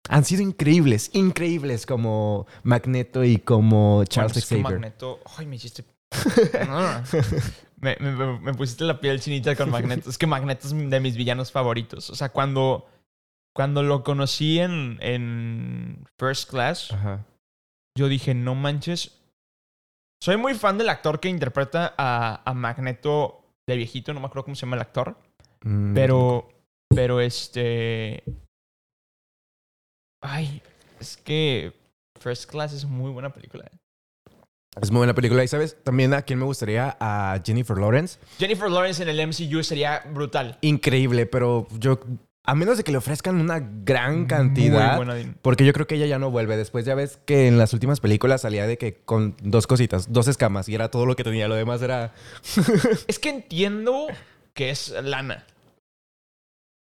S2: Han sido increíbles, increíbles como Magneto y como Charles bueno, pues, Xavier.
S1: Magneto, ay, me hiciste... Ah. no. me, me, me, pusiste la piel chinita con Magneto. Es que Magneto es de mis villanos favoritos. O sea, cuando, cuando lo conocí en, en First Class, Ajá. yo dije, no manches. Soy muy fan del actor que interpreta a, a Magneto de viejito, no me acuerdo cómo se llama el actor. Mm. Pero, pero este... Ay, es que First Class es muy buena película. ¿eh?
S2: Es muy buena película. Y sabes, también a quién me gustaría, a Jennifer Lawrence.
S1: Jennifer Lawrence en el MCU sería brutal.
S2: Increíble, pero yo, a menos de que le ofrezcan una gran cantidad, porque yo creo que ella ya no vuelve. Después ya ves que en las últimas películas salía de que con dos cositas, dos escamas, y era todo lo que tenía, lo demás era...
S1: es que entiendo que es lana.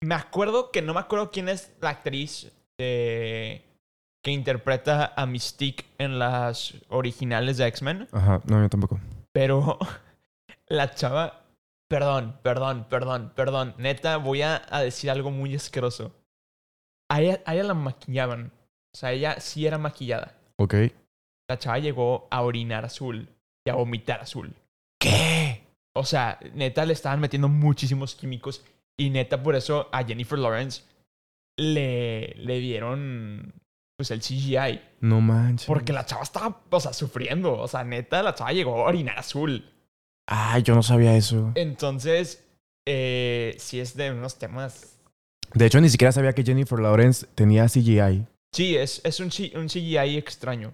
S1: Me acuerdo que no me acuerdo quién es la actriz de que interpreta a Mystique en las originales de X-Men.
S2: Ajá, no, yo tampoco.
S1: Pero la chava. Perdón, perdón, perdón, perdón. Neta, voy a, a decir algo muy asqueroso. A ella, a ella, la maquillaban. O sea, ella sí era maquillada.
S2: Ok.
S1: La chava llegó a orinar azul y a vomitar azul.
S2: ¿Qué?
S1: O sea, neta, le estaban metiendo muchísimos químicos. Y neta, por eso a Jennifer Lawrence le, le dieron pues el CGI.
S2: No manches.
S1: Porque la chava estaba, o sea, sufriendo. O sea, neta, la chava llegó a orinar azul.
S2: Ah, yo no sabía eso.
S1: Entonces, eh, sí es de unos temas.
S2: De hecho, ni siquiera sabía que Jennifer Lawrence tenía CGI.
S1: Sí, es, es un, un CGI extraño.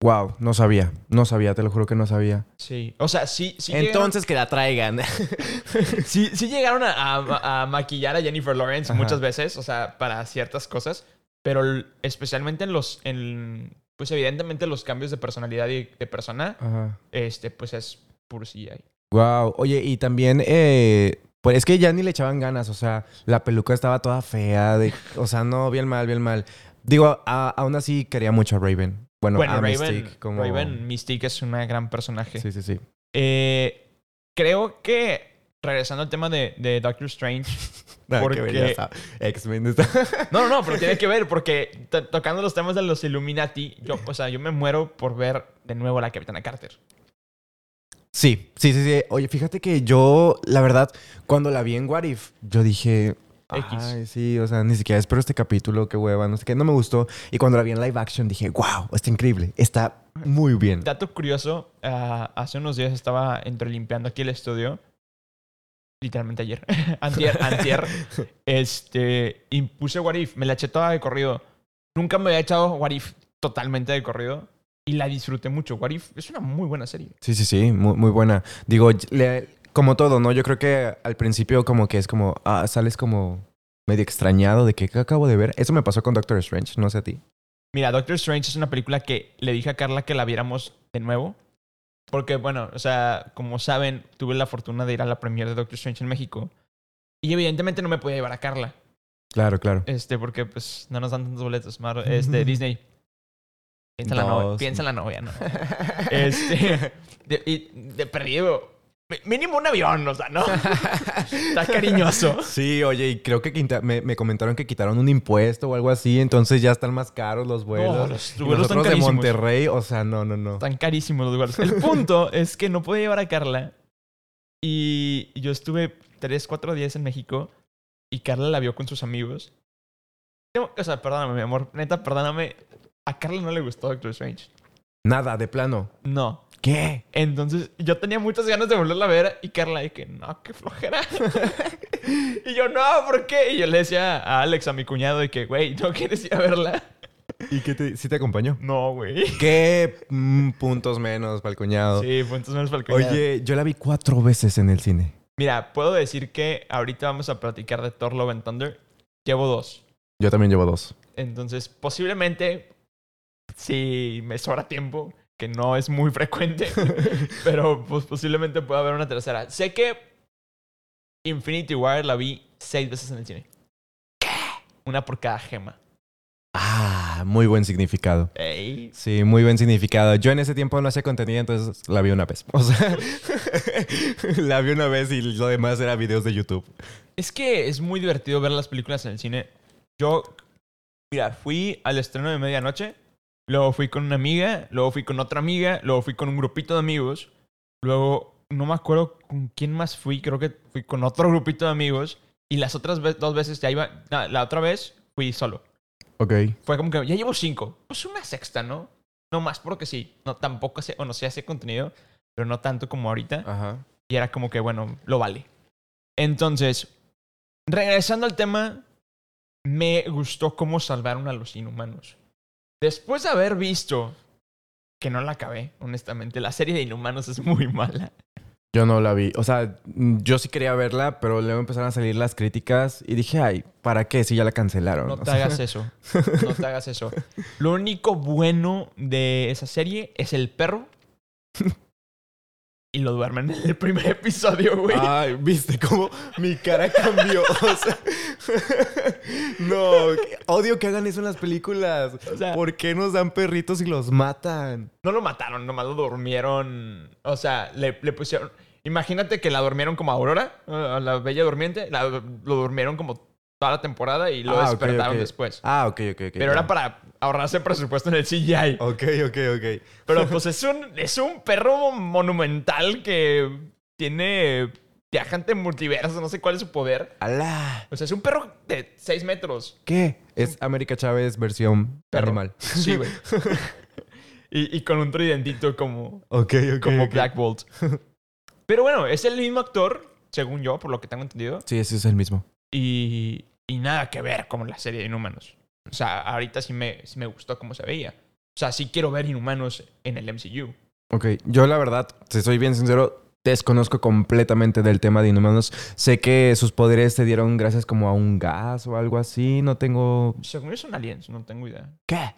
S2: Wow, no sabía, no sabía, te lo juro que no sabía.
S1: Sí, o sea, sí, sí.
S2: Entonces llegaron... que la traigan.
S1: sí, sí llegaron a, a, a, maquillar a Jennifer Lawrence Ajá. muchas veces, o sea, para ciertas cosas, pero especialmente en los, en, pues evidentemente los cambios de personalidad y de persona, Ajá. este, pues es puro CGI.
S2: Wow, oye, y también, eh, pues es que ya ni le echaban ganas, o sea, la peluca estaba toda fea, de, o sea, no, bien mal, bien mal. Digo, a, aún así quería mucho a Raven. Bueno, bueno
S1: Raven, ah, Mystique, como... Raven Mystique es una gran personaje.
S2: Sí, sí, sí.
S1: Eh, creo que, regresando al tema de, de Doctor Strange...
S2: no, porque... Ah, X-Men está...
S1: no, no, no, pero tiene que ver, porque tocando los temas de los Illuminati, yo, o sea, yo me muero por ver de nuevo a la Capitana Carter.
S2: Sí, sí, sí, sí. Oye, fíjate que yo, la verdad, cuando la vi en What If, yo dije... X. Ay, sí, o sea, ni siquiera espero este capítulo, qué hueva, no sé qué, no me gustó. Y cuando la vi en live action dije, wow, está increíble, está muy bien.
S1: Dato curioso, uh, hace unos días estaba entrelimpiando aquí el estudio, literalmente ayer, antier, antier, este, y puse What If, me la eché toda de corrido. Nunca me había echado What If totalmente de corrido. Y la disfruté mucho. What If es una muy buena serie.
S2: Sí, sí, sí, muy, muy buena. Digo, le, como todo, ¿no? Yo creo que al principio como que es como, ah, sales como medio extrañado de que ¿qué acabo de ver. Eso me pasó con Doctor Strange, no sé a ti.
S1: Mira, Doctor Strange es una película que le dije a Carla que la viéramos de nuevo. Porque, bueno, o sea, como saben, tuve la fortuna de ir a la premiere de Doctor Strange en México. Y evidentemente no me podía llevar a Carla.
S2: Claro, claro.
S1: Este, porque pues no nos dan tantos boletos, Mar este, Disney. Piensa, en la novia, piensa en la novia, ¿no? este, de, y de perdido, Mínimo un avión, o sea, ¿no? Está cariñoso.
S2: Sí, oye, y creo que quita, me, me, comentaron que quitaron un impuesto o algo así, entonces ya están más caros los vuelos. No,
S1: los vuelos están
S2: carísimos. de Monterrey, o sea, no, no, no.
S1: Están carísimos los vuelos. El punto es que no pude llevar a Carla y yo estuve tres, cuatro días en México y Carla la vio con sus amigos. O sea, perdóname, mi amor, neta, perdóname. A Carla no le gustó Doctor Strange.
S2: Nada, de plano.
S1: No.
S2: ¿Qué?
S1: Entonces yo tenía muchas ganas de volverla a ver y Carla dije, no, qué flojera. y yo, no, ¿por qué? Y yo le decía a Alex, a mi cuñado, de que, güey, ¿no quieres ir a verla?
S2: ¿Y qué te, sí te acompañó?
S1: No, güey.
S2: ¿Qué mm, puntos menos para el cuñado?
S1: Sí, puntos menos para el cuñado.
S2: Oye, yo la vi cuatro veces en el cine.
S1: Mira, puedo decir que ahorita vamos a platicar de Thor Love and Thunder. Llevo dos.
S2: Yo también llevo dos.
S1: Entonces, posiblemente, si me sobra tiempo, que no es muy frecuente, pero pues, posiblemente pueda haber una tercera. Sé que Infinity War la vi seis veces en el cine. Una por cada gema.
S2: Ah, muy buen significado.
S1: Ey.
S2: Sí, muy buen significado. Yo en ese tiempo no hacía contenido, entonces la vi una vez. O sea, la vi una vez y lo demás era videos de YouTube.
S1: Es que es muy divertido ver las películas en el cine. Yo, mira, fui al estreno de medianoche, luego fui con una amiga, luego fui con otra amiga, luego fui con un grupito de amigos, luego no me acuerdo con quién más fui, creo que fui con otro grupito de amigos y las otras ve- dos veces ya iba, na- la otra vez fui solo.
S2: Ok.
S1: Fue como que ya llevo cinco, pues una sexta, ¿no? No más porque sí, no tampoco sé, o no sé, hace contenido, pero no tanto como ahorita.
S2: Ajá.
S1: Y era como que, bueno, lo vale. Entonces, regresando al tema, me gustó cómo salvaron a los inhumanos. Después de haber visto, que no la acabé, honestamente, la serie de inhumanos es muy mala.
S2: Yo no la vi. O sea, mm, yo sí quería verla, pero luego empezaron a salir las críticas y dije, ay, ¿para qué? Si ya la cancelaron.
S1: No
S2: O
S1: te
S2: sea,
S1: hagas eso. No te hagas eso. Lo único bueno de esa serie es el perro. Y lo duermen en el primer episodio, güey.
S2: Ay, viste cómo mi cara cambió. O sea, no, odio que hagan eso en las películas.
S1: O sea,
S2: ¿Por qué nos dan perritos y los matan?
S1: No lo mataron, nomás lo durmieron. O sea, le, le pusieron. Imagínate que la durmieron como a Aurora, a la bella durmiente. la- lo durmieron como toda la temporada y lo
S2: Ah, ok,
S1: despertaron
S2: ok.
S1: después.
S2: Ah, ok, ok, ok.
S1: Pero
S2: ya. Oh.
S1: era para ahorrarse presupuesto en el CGI.
S2: Ok, ok, ok.
S1: Pero pues es un, es un perro monumental que tiene viajante en multiverso, no sé cuál es su poder.
S2: ¡Alá!
S1: O sea, es un perro de 6 metros.
S2: ¿Qué? Es América Chávez versión
S1: Perro.
S2: animal.
S1: Sí, güey. y, y con un tridentito como
S2: Ok, ok.
S1: como
S2: ok.
S1: Black Bolt. Pero bueno, es el mismo actor, según yo, por lo que tengo entendido.
S2: Sí, ese es el mismo.
S1: Y, y nada que ver con la serie de Inhumanos. O sea, ahorita sí me, sí me gustó cómo se veía. O sea, sí quiero ver Inhumanos en el MCU.
S2: Ok, yo la verdad, si soy bien sincero, desconozco completamente del tema de inhumanos. Sé que sus poderes se dieron gracias como a un gas o algo así. No tengo...
S1: Según yo son aliens, no tengo idea.
S2: ¿Qué?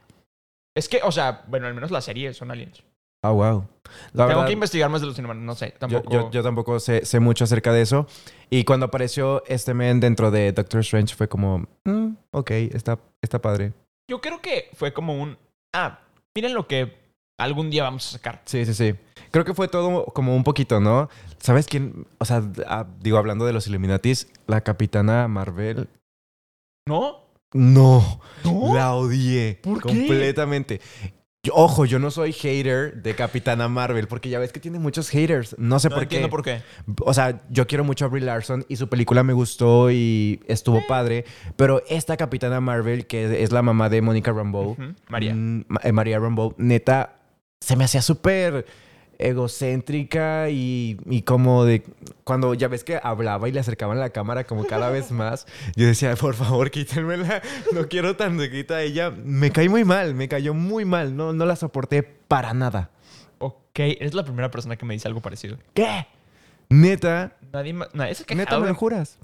S1: Es que, o sea, bueno, al menos la serie son aliens.
S2: Ah, wow. La
S1: tengo
S2: verdad,
S1: que investigar más de los Inhumanos, no sé,
S2: yo,
S1: tampoco.
S2: yo- yo tampoco sé, sé mucho acerca de eso. Y cuando apareció este men dentro de Doctor Strange fue como... "Mm, ok, está, está padre.
S1: yo creo que fue como un. Ah, miren lo que algún día vamos a sacar.
S2: Sí, sí, sí. Creo que fue todo como un poquito, ¿no? ¿Sabes quién? O sea, ah, digo, hablando de los Illuminatis, la capitana Marvel.
S1: ¿No?
S2: No,
S1: ¿No?
S2: la odié.
S1: ¿Por qué?
S2: completamente. Yo- ojo, yo no soy hater de Capitana Marvel, porque ya ves que tiene muchos haters. No sé
S1: No
S2: por
S1: entiendo
S2: qué.
S1: por qué.
S2: O sea, yo quiero mucho a Brie Larson y su película me gustó y estuvo padre. Pero esta Capitana Marvel, que es la mamá de Mónica Rambeau.
S1: Ujú, María.
S2: Mm, Ma- eh, María Rambo, neta, se me hacía súper egocéntrica y, y como de cuando ya ves que hablaba y le acercaban la cámara como cada vez más, yo decía, por favor, quítenmela, no quiero tan cerquita a ella. Me caí muy mal, me cayó muy mal, no, no la soporté para nada.
S1: Ok, eres la primera persona que me dice algo parecido.
S2: ¿Qué? Neta,
S1: Nadie, ma- nadie se ha
S2: neta,
S1: quejado.
S2: me
S1: de-
S2: lo juras.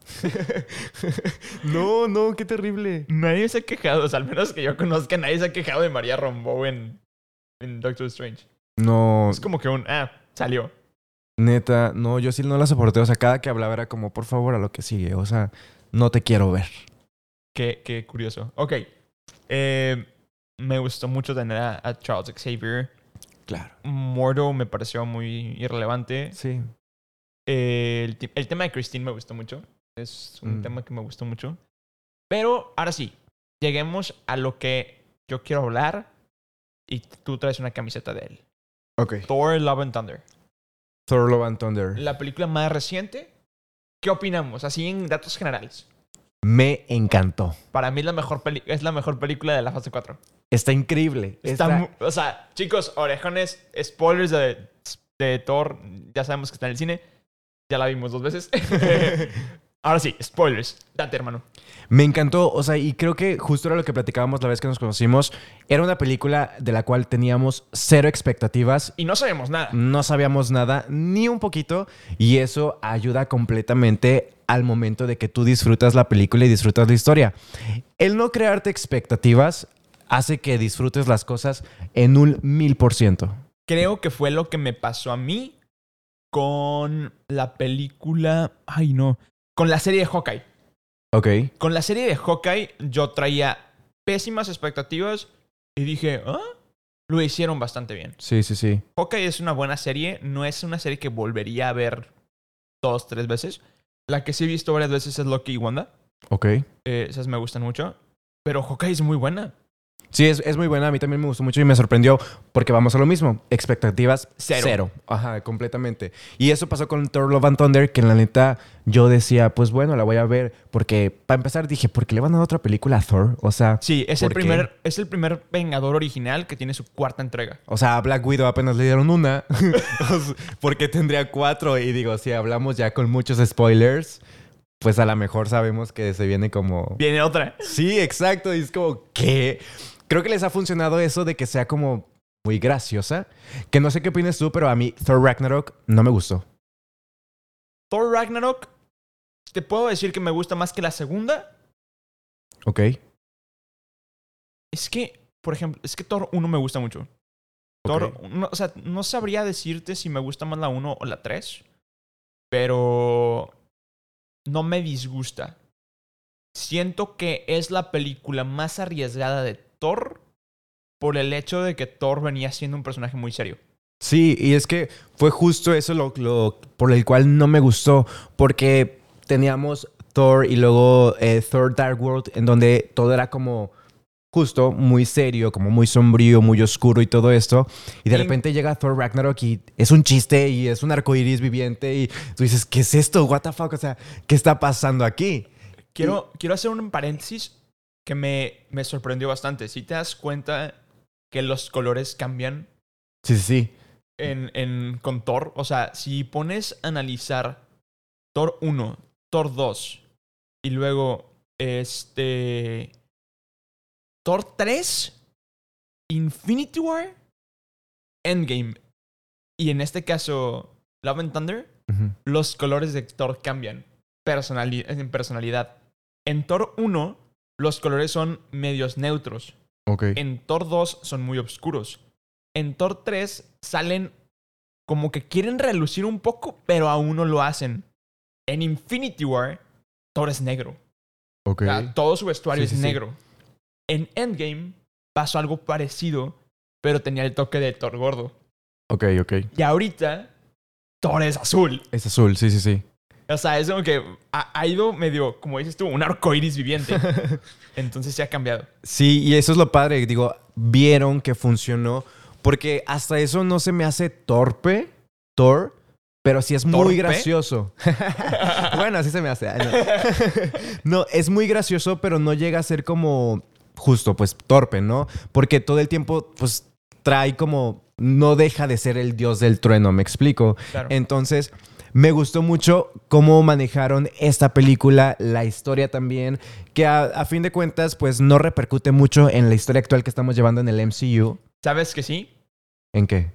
S2: no, no, qué terrible.
S1: nadie se ha quejado. O sea, al menos que yo conozca, nadie se ha quejado de María Rambeau en, en Doctor Strange.
S2: No,
S1: Es como que un. Ah, salió.
S2: Neta, no, yo sí no la soporté. O sea, cada que hablaba era como, por favor, a lo que sigue. O sea, no te quiero ver.
S1: Qué, qué curioso. Ok. eh, me gustó mucho tener a, a Charles Xavier.
S2: Claro.
S1: Mordo me pareció muy irrelevante.
S2: Sí.
S1: Eh, el, ti- el tema de Christine me gustó mucho. Es un
S2: Mm.
S1: tema que me gustó mucho. Pero ahora sí, lleguemos a lo que yo quiero hablar. Y tú traes una camiseta de él.
S2: Ok.
S1: Thor, Love and Thunder.
S2: Thor Love and Thunder.
S1: La película más reciente. ¿Qué opinamos? Así en datos generales.
S2: Me encantó.
S1: Para mí es la mejor, peli- es la mejor película de la fase 4.
S2: Está increíble.
S1: Está mu- o sea, chicos, orejones, spoilers de, de Thor. Ya sabemos que está en el cine. Ya la vimos dos veces. Ahora sí, spoilers. Date, hermano.
S2: Me encantó, o sea, y creo que justo era lo que platicábamos la vez que nos conocimos. Era una película de la cual teníamos cero expectativas.
S1: Y no sabemos nada.
S2: No sabíamos nada, ni un poquito. Y eso ayuda completamente al momento de que tú disfrutas la película y disfrutas la historia. El no crearte expectativas hace que disfrutes las cosas en un mil por ciento.
S1: Creo que fue lo que me pasó a mí con la película. Ay, no. Con la serie de Hawkeye.
S2: Ok.
S1: Con la serie de Hawkeye, yo traía pésimas expectativas y dije, ¿ah? Lo hicieron bastante bien.
S2: Sí, sí, sí.
S1: Hawkeye es una buena serie. No es una serie que volvería a ver dos, tres veces. La que sí he visto varias veces es Loki y Wanda.
S2: Ok.
S1: Eh, esas me gustan mucho. Pero Hawkeye es muy buena.
S2: Sí, es, es, muy buena. A mí también me gustó mucho y me sorprendió porque vamos a lo mismo. Expectativas
S1: Cero.
S2: cero. Ajá, completamente. Y eso pasó con Thor Love and Thunder, que en la neta yo decía, pues bueno, la voy a ver. Porque, para empezar, dije, ¿por qué le van a dar otra película a Thor? O sea,
S1: Sí, es el,
S2: ¿por qué?
S1: primer, es el primer Vengador original que tiene su cuarta entrega.
S2: O sea, a Black Widow apenas le dieron una. O sea, ¿Por qué tendría cuatro? Y digo, si hablamos ya con muchos spoilers, pues a lo mejor sabemos que se viene como...
S1: Viene otra.
S2: Sí, exacto. Y es como, ¿qué? Creo que les ha funcionado eso de que sea como muy graciosa. Que no sé qué opinas tú, pero a mí Thor Ragnarok no me gustó.
S1: Thor Ragnarok, te puedo decir que me gusta más que la segunda.
S2: ¿Ok?
S1: Es que, por ejemplo, es que Thor 1 me gusta mucho. Thor, no, o sea, no sabría decirte si me gusta más la 1 o la 3, pero no me disgusta. Siento que es la película más arriesgada de Thor por el hecho de que Thor venía siendo un personaje muy serio.
S2: Sí, y es que fue justo eso lo, lo- por el cual no me gustó, porque teníamos Thor y luego eh, Thor Dark World, en donde todo era como justo muy serio, como muy sombrío, muy oscuro y todo esto. Y de
S1: Y-
S2: repente llega Thor Ragnarok y es un chiste y es un arcoiris viviente y tú dices, ¿qué es esto? ¿What the fuck? O sea, ¿qué está pasando aquí?
S1: Quiero, quiero hacer un paréntesis que me, me sorprendió bastante. Si te das cuenta que los colores cambian
S2: Sí, sí, sí.
S1: en, en, con Thor, o sea, si pones a analizar Thor 1, Thor 2 y luego este Thor 3, Infinity War, Endgame y en este caso Love and Thunder,
S2: Ujú.
S1: los colores de Thor cambian personali- en personalidad. En Thor 1, los colores son medios neutros.
S2: Ok.
S1: En Thor 2 son muy oscuros. En Thor 3 salen como que quieren relucir un poco, pero aún no lo hacen. En Infinity War, Thor es negro.
S2: Ok.
S1: O sea, todo su vestuario
S2: Sí, sí,
S1: es
S2: sí.
S1: negro. En Endgame pasó algo parecido, pero tenía el toque de Thor gordo.
S2: Ok, ok.
S1: Y ahorita, Thor es azul.
S2: Es azul, sí, sí, sí.
S1: O sea, es como que ha, ha ido medio, como dices tú, un arco iris viviente. Entonces se ha cambiado.
S2: Sí, y eso es lo padre. Digo, vieron que funcionó. Porque hasta eso no se me hace torpe, Thor, pero sí es
S1: ¿Torpe?
S2: muy gracioso. bueno, así se me hace. Ay, no. No, es muy gracioso, pero no llega a ser como justo, pues torpe, ¿no? Porque todo el tiempo, pues trae como. No deja de ser el dios del trueno, me explico.
S1: Claro.
S2: Entonces, me gustó mucho cómo manejaron esta película, la historia también, que a, a fin de cuentas, pues no repercute mucho en la historia actual que estamos llevando en el MCU.
S1: ¿Sabes que sí?
S2: ¿En qué?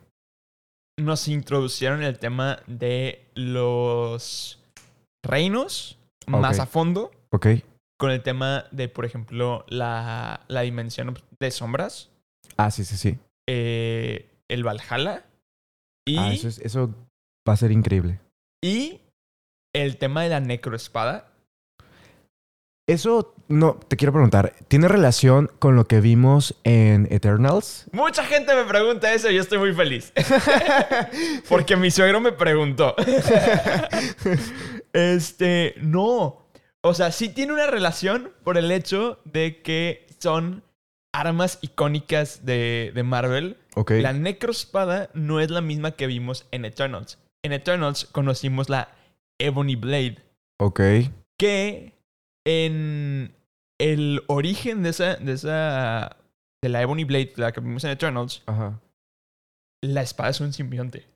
S1: nos introducieron el tema de los reinos más
S2: Ok.
S1: a fondo
S2: Ok.
S1: con el tema de, por ejemplo, la, la dimensión de sombras,
S2: Ah, sí, sí, sí.
S1: eh, el Valhalla y,
S2: Ah, eso, es- eso va a ser increíble.
S1: y el tema de la necroespada.
S2: Eso, no, te quiero preguntar, ¿tiene relación con lo que vimos en Eternals?
S1: Mucha gente me pregunta eso y yo estoy muy feliz. Porque mi suegro me preguntó. Este, no. O sea, sí tiene una relación por el hecho de que son armas icónicas de, de Marvel.
S2: ok.
S1: La necroespada no es la misma que vimos en Eternals. En Eternals conocimos la Ebony Blade,
S2: Ok.
S1: que en el origen de esa, de esa, de la Ebony Blade, la que vimos en Eternals,
S2: Ajá.
S1: la espada es un simbionte.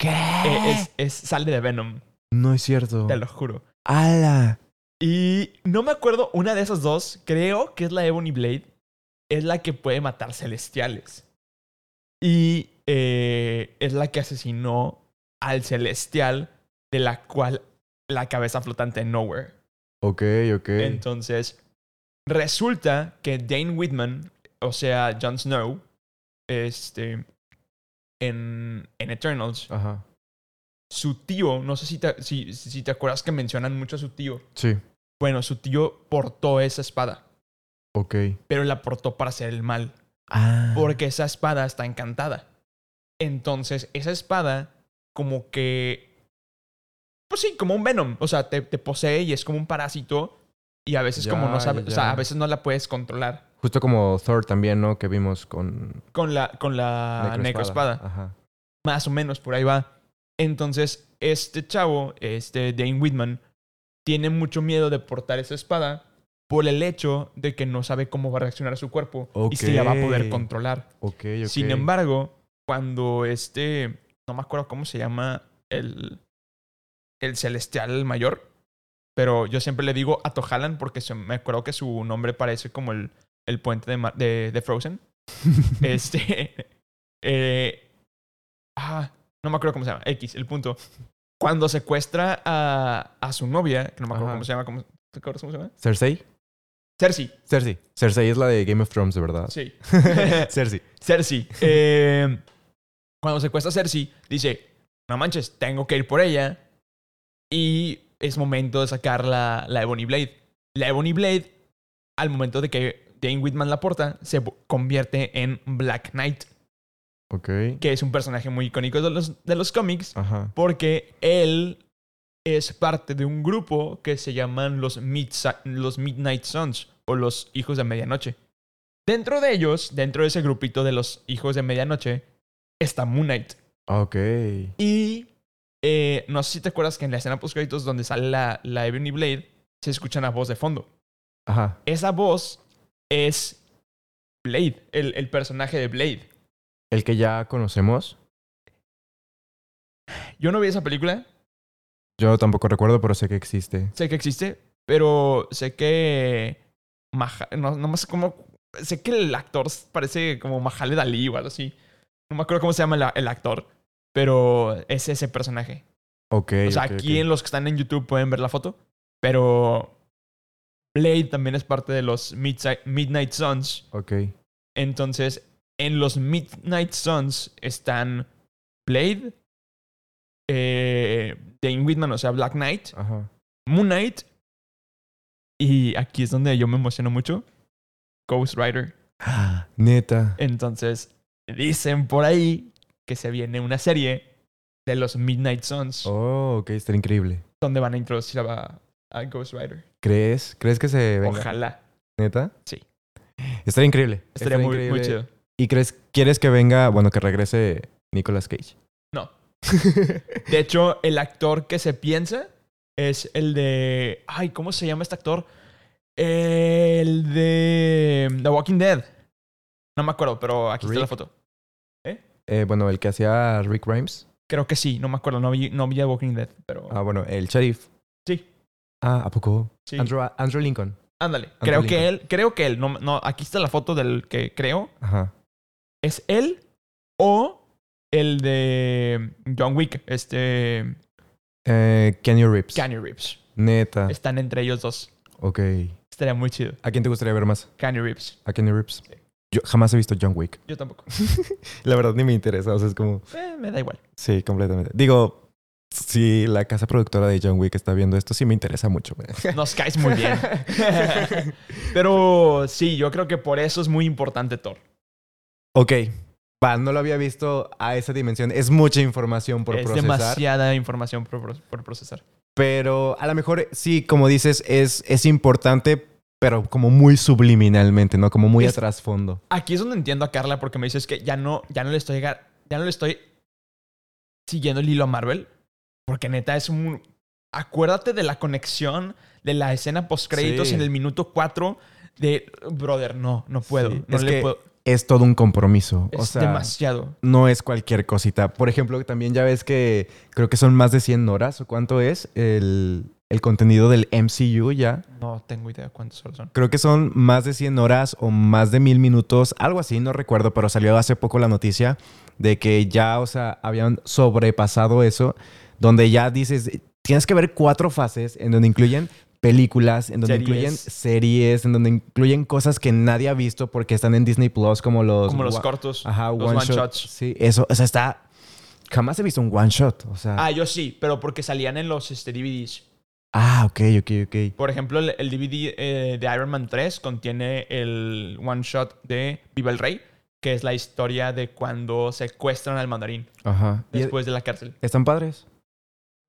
S2: ¿Qué?
S1: Eh, es, es- sale de Venom,
S2: No es cierto.
S1: te lo juro.
S2: ¡Ala!
S1: Y no me acuerdo, una de esas dos, creo que es la Ebony Blade, es la que puede matar celestiales. Y eh, es la que asesinó al celestial de la cual la cabeza flotante en Nowhere.
S2: Ok, ok.
S1: Entonces, resulta que Dane Whitman, o sea, Jon Snow, este, en, en Eternals,
S2: Ajá.
S1: su tío, no sé si te, si, si te acuerdas que mencionan mucho a su tío.
S2: Sí.
S1: Bueno, su tío portó esa espada,
S2: Ok.
S1: pero la portó para hacer el mal,
S2: Ah.
S1: porque esa espada está encantada. Entonces, esa espada, como que. Pues sí, como un Venom. O sea, te, te posee y es como un parásito. Y a veces, como
S2: Ya,
S1: no sabes.
S2: ya,
S1: O sea,
S2: ya.
S1: a veces no la puedes controlar
S2: Justo como Thor también, ¿no? Que vimos con
S1: con la, con la necroespada.
S2: Ajá.
S1: Más o menos por ahí va. Entonces, este chavo, este Dane Whitman, tiene mucho miedo de portar esa espada por el hecho de que no sabe cómo va a reaccionar su cuerpo y si la va a poder
S2: Ok.
S1: controlar.
S2: Ok, ok.
S1: Sin embargo, cuando este, no me acuerdo cómo se llama el, el celestial mayor, pero yo siempre le digo Atohalan porque se- me acuerdo que su nombre parece como el, el puente de, Ma- de, de Frozen. este, eh, ah, no me acuerdo cómo se llama, X, el punto. Cuando secuestra a, a su novia, que no me acuerdo
S2: Ajá.
S1: cómo se llama, ¿cómo, ¿te acuerdas cómo se llama?
S2: ¿Cersei?
S1: Cersei,
S2: Cersei. Cersei es la de Game of Thrones, de verdad.
S1: sí.
S2: Cersei.
S1: Cersei. eh, cuando secuestra a Cersei, dice: No manches, tengo que ir por ella. Y es momento de sacar la, la Ebony Blade. La Ebony Blade, al momento de que Dane Whitman la porta, se vo- convierte en Black Knight,
S2: Ok.
S1: que es un personaje muy icónico de los, de los cómics,
S2: Ajá.
S1: porque él es parte de un grupo que se llaman los, Midsa- los Midnight Sons o los Hijos de Medianoche. Dentro de ellos, dentro de ese grupito de los Hijos de Medianoche, está Moon Knight.
S2: Ah, Ok.
S1: Y eh, no sé si te acuerdas que en la escena post créditos donde sale la, la Ebony Blade, se escucha una voz de fondo.
S2: Ajá.
S1: Esa voz es Blade, el, el personaje de Blade.
S2: El que ya conocemos.
S1: Yo no vi esa película,
S2: Yo tampoco recuerdo, pero sé que existe.
S1: sé que existe, pero sé que. Maja- no, no más como. Sé que el actor parece como Mahale Dalí o algo así. No me acuerdo cómo se llama la- el actor, pero es ese personaje.
S2: Ok.
S1: o sea,
S2: ok, ok.
S1: aquí en los que están en YouTube pueden ver la foto, pero. Blade también es parte de los Midsi- Midnight Suns.
S2: Ok.
S1: Entonces, en los Midnight Suns están Blade, eh, Dane Whitman, o sea, Black Knight,
S2: Ajá.
S1: Moon Knight. Y aquí es donde yo me emociono mucho. Ghost Rider.
S2: Neta.
S1: Entonces, dicen por ahí que se viene una serie de los Midnight Suns
S2: Oh, ok. Está increíble.
S1: donde van a introducir a, a Ghost Rider.
S2: ¿Crees? ¿Crees que se venga?
S1: Ojalá.
S2: ¿Neta?
S1: Sí.
S2: Estaría increíble.
S1: Estaría muy, muy
S2: increíble.
S1: chido.
S2: ¿Y crees, quieres que venga, bueno, que regrese Nicolas Cage?
S1: No. De hecho, el actor que se piensa es el de. Ay, ¿cómo se llama este actor? El de The Walking Dead. No me acuerdo, pero aquí está la
S2: Rick.
S1: foto.
S2: Eh, bueno, el que hacía Rick Grimes.
S1: Creo que sí, no me acuerdo, no vi, no vi The Walking Dead, pero.
S2: Ah, bueno, el sheriff.
S1: Sí,
S2: Ah, ¿a poco?
S1: sí.
S2: Andrew, Andrew Lincoln.
S1: Ándale. creo que
S2: Lincoln.
S1: él, creo que él, no, no, aquí está la foto del que creo.
S2: Ajá.
S1: ¿Es él o el de John Wick, este.
S2: Eh, Kenny Reeves.
S1: Keanu Reeves?
S2: Neta.
S1: Están entre ellos dos.
S2: Ok.
S1: Estaría muy chido.
S2: ¿A quién te gustaría ver más?
S1: Keanu Reeves.
S2: ¿A Kenny Reeves? Yo jamás he visto John Wick.
S1: Yo tampoco.
S2: La verdad ni me interesa. O sea, es como...
S1: Eh, me da igual.
S2: Sí, completamente. Digo, si la casa productora de John Wick está viendo esto, sí me interesa mucho.
S1: Nos caes muy bien. Pero sí, yo creo que por eso es muy importante Thor.
S2: ok. Va, no lo había visto a esa dimensión. Es mucha información por
S1: es
S2: procesar.
S1: demasiada información por, pro- por procesar.
S2: Pero a lo mejor sí, como dices, es, es importante, pero como muy subliminalmente, ¿no? Como muy
S1: Es-
S2: a trasfondo.
S1: Aquí es donde entiendo a Carla porque me dices que ya no, ya no le estoy ga- ya no le estoy siguiendo el hilo a Marvel. Porque neta es un. Acuérdate de la conexión de la escena post créditos
S2: Sí.
S1: en el minuto 4 de brother, no, no puedo.
S2: Sí,
S1: no
S2: es
S1: le
S2: que
S1: puedo.
S2: Es todo un compromiso.
S1: Es
S2: o sea,
S1: demasiado.
S2: no es cualquier cosita. Por ejemplo, también ya ves que creo que son más de 100 horas o cuánto es el, el contenido del MCU ya.
S1: No tengo idea cuántas horas son.
S2: Creo que son más de 100 horas o más de mil minutos, algo así, no recuerdo, pero salió hace poco la noticia de que ya, o sea, habían sobrepasado eso, donde ya dices, tienes que ver cuatro fases en donde incluyen películas, en donde
S1: Series.
S2: incluyen series, en donde incluyen cosas que nadie ha visto porque están en Disney Plus, como los...
S1: Como los
S2: wa-
S1: cortos,
S2: Ajá,
S1: los
S2: one,
S1: one
S2: shot.
S1: shots.
S2: Sí, eso, o sea, está... Jamás he visto un one shot, o sea...
S1: Ah, yo sí, pero porque salían en los este, DVDs.
S2: Ah, ok, ok, ok.
S1: Por ejemplo, el, el DVD eh, de Iron Man 3 contiene el one shot de Viva el Rey, que es la historia de cuando secuestran al mandarín
S2: Ajá. ¿Y
S1: después de la cárcel.
S2: ¿Están padres?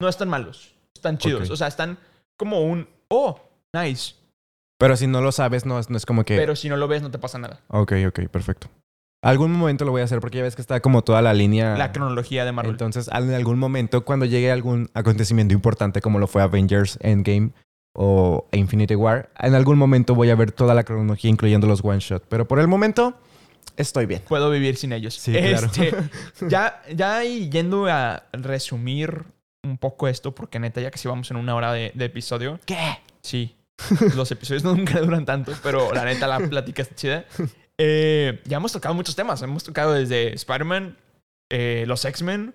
S1: No están malos, están chidos.
S2: Ok.
S1: O sea, están como un, oh, nice.
S2: Pero si no lo sabes, no, es- no es como que...
S1: Pero si no lo ves, no te pasa nada.
S2: Ok, ok, perfecto. Algún momento lo voy a hacer porque ya ves que está como toda la línea...
S1: La cronología de Marvel.
S2: Entonces, al- en algún momento, cuando llegue algún acontecimiento importante como lo fue Avengers Endgame o Infinity War, en algún momento voy a ver toda la cronología, incluyendo los one shot. Pero por el momento, estoy bien.
S1: Puedo vivir sin ellos.
S2: Sí, claro.
S1: Este, ya, ya y yendo a resumir un poco esto, porque neta, ya casi vamos en una hora de, de episodio.
S2: ¿Qué?
S1: Sí, los episodios nunca duran tanto, pero la neta, la plática está chida. Eh, ya hemos tocado muchos temas. Hemos tocado desde Spider-Man, eh, los X-Men,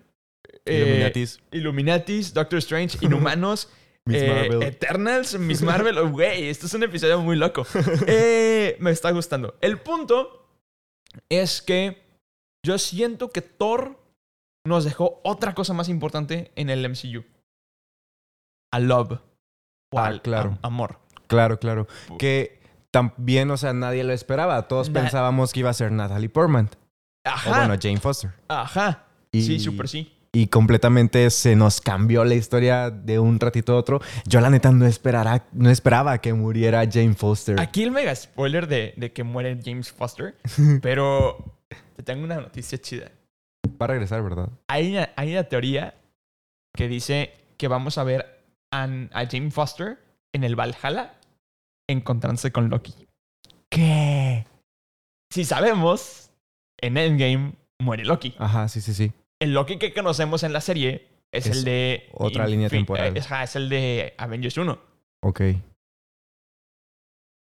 S1: eh,
S2: Illuminatis,
S1: Illuminatis, Doctor Strange, Inhumanos.
S2: Miss
S1: eh,
S2: Marvel.
S1: Eternals, Miss Marvel, oh, güey, esto es un episodio muy loco. Eh, me está gustando. El punto es que yo siento que Thor nos dejó otra cosa más importante en el MCU. A love. O
S2: Ah,
S1: al
S2: claro.
S1: am- amor.
S2: claro, claro. Que también, o sea, nadie lo esperaba. Todos
S1: Na-
S2: pensábamos que iba a ser Natalie Portman.
S1: Ajá.
S2: O Oh, bueno, Jane Foster.
S1: ajá.
S2: Y-
S1: Sí, súper sí.
S2: y completamente se nos cambió la historia de un ratito a otro. Yo la neta no, esperara, no esperaba que muriera Jane Foster.
S1: Aquí el mega spoiler de, de que muere James Foster. pero te tengo una noticia chida.
S2: Va a regresar, ¿verdad?
S1: hay una, hay una teoría que dice que vamos a ver a, a Jane Foster en el Valhalla encontrándose con Loki. ¿Qué? Si sabemos, en Endgame muere Loki.
S2: Ajá, sí, sí, sí.
S1: El Loki que conocemos en la serie es,
S2: Es
S1: el de...
S2: otra línea temporal.
S1: eh, ajá, Es, el de Avengers 1.
S2: Ok.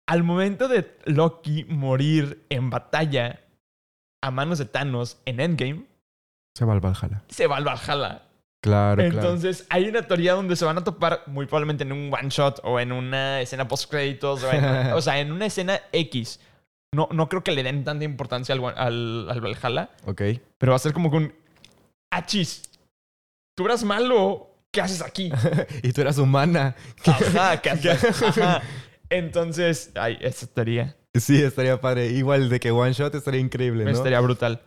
S1: Al momento de Loki morir en batalla a manos de Thanos en Endgame,
S2: Se va al Valhalla.
S1: se va al Valhalla.
S2: Claro, claro.
S1: Entonces, hay una teoría donde se van a topar muy probablemente en un one shot o en una escena post créditos, o, en- o sea, en una escena X. No, no creo que le den tanta importancia al, one- al, al Valhalla,
S2: Ok.
S1: pero va a ser como que un achis. Tú eras malo, ¿qué haces aquí?
S2: y tú eras humana.
S1: Ajá, ¿qué haces? Ajá. Entonces, ay, esa teoría
S2: Sí, estaría padre. Igual de que One Shot estaría increíble, ¿no?
S1: estaría brutal.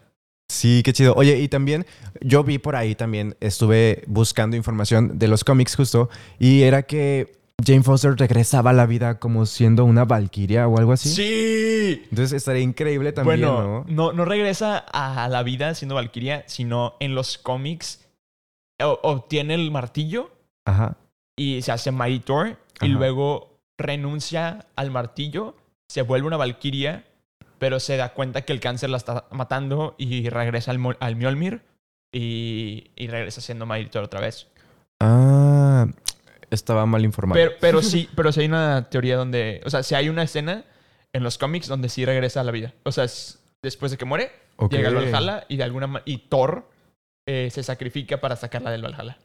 S2: Sí, qué chido. Oye, y también yo vi por ahí también, estuve buscando información de los cómics justo, y era que Jane Foster regresaba a la vida como siendo una valquiria o algo así.
S1: Sí.
S2: Entonces estaría increíble también,
S1: bueno,
S2: ¿no?
S1: no, no regresa a la vida siendo Valkyria, sino en los cómics o- obtiene el martillo
S2: Ajá.
S1: y se hace Mighty Thor y
S2: Ajá.
S1: luego renuncia al martillo, se vuelve una valquiria, pero se da cuenta que el cáncer la está matando y regresa al, Mol- al Mjolnir y, y regresa siendo Mighty Thor otra vez.
S2: Ah, estaba mal informado.
S1: Pero, pero sí, pero sí hay una teoría donde, o sea, si hay una escena en los cómics donde sí regresa a la vida. O sea, es- después de que muere,
S2: Ok.
S1: llega al Valhalla y de alguna ma- y Thor eh, se sacrifica para sacarla del Valhalla.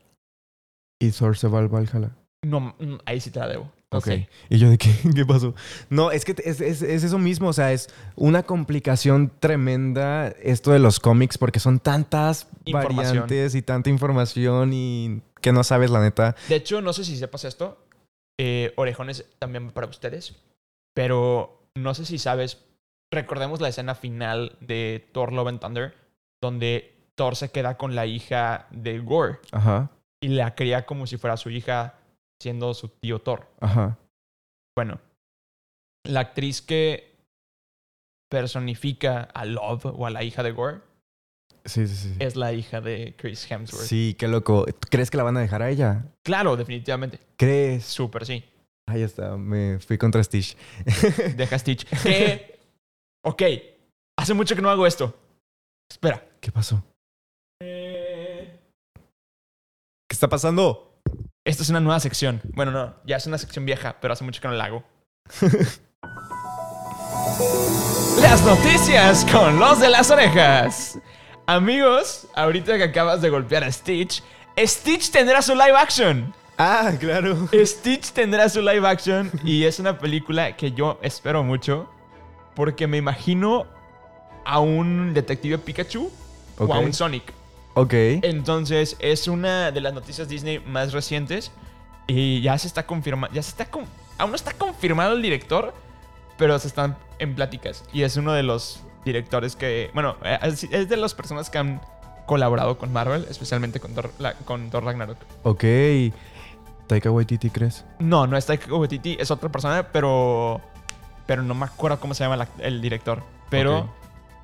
S2: Y Thor se va al Valhalla.
S1: No, mm, ahí sí te la debo. No
S2: Ok.
S1: sé.
S2: Y yo de qué, ¿qué pasó? No, es que es, es- es eso mismo, o sea, es una complicación tremenda esto de los cómics porque son tantas
S1: Información.
S2: variantes y tanta información y que no sabes la neta.
S1: De hecho, no sé si sepas esto. eh, orejones también para ustedes. Pero no sé si sabes. Recordemos la escena final de Thor Love and Thunder. Donde Thor se queda con la hija de Gore.
S2: Ajá,
S1: Y la cría como si fuera su hija. Siendo su tío Thor.
S2: ajá.
S1: Bueno. La actriz que personifica a Love o a la hija de Gore.
S2: Sí, sí, sí.
S1: Es la hija de Chris Hemsworth.
S2: Sí, qué loco. ¿Crees que la van a dejar a ella?
S1: Claro, definitivamente.
S2: ¿Crees?
S1: Súper sí.
S2: Ahí está, me fui contra Stitch.
S1: Deja Stitch. Que- ok, hace mucho que no hago esto. Espera.
S2: ¿Qué pasó? ¿Qué está pasando?
S1: Esta es una nueva sección. Bueno, no, ya es una sección vieja, pero hace mucho que no la hago. Las noticias con los de las orejas. Amigos, ahorita que acabas de golpear a Stitch, Stitch tendrá su live action.
S2: Ah, claro.
S1: Stitch tendrá su live action y es una película que yo espero mucho porque me imagino a un detective Pikachu o a
S2: Ok.
S1: un Sonic.
S2: Ok.
S1: Entonces, es una de las noticias Disney más recientes. Y ya se está confirmando. Ya se está. con- Aún no está confirmado el director. Pero se están en pláticas. Y es uno de los directores que. Bueno, eh, es es de las personas que han colaborado con Marvel. Especialmente con Thor, la- con Thor Ragnarok.
S2: Ok. Taika Waititi, ¿creres?
S1: No, no es Taika Waititi. Es otra persona. Pero. Pero no me acuerdo cómo se llama la- el director. Pero.
S2: Ok.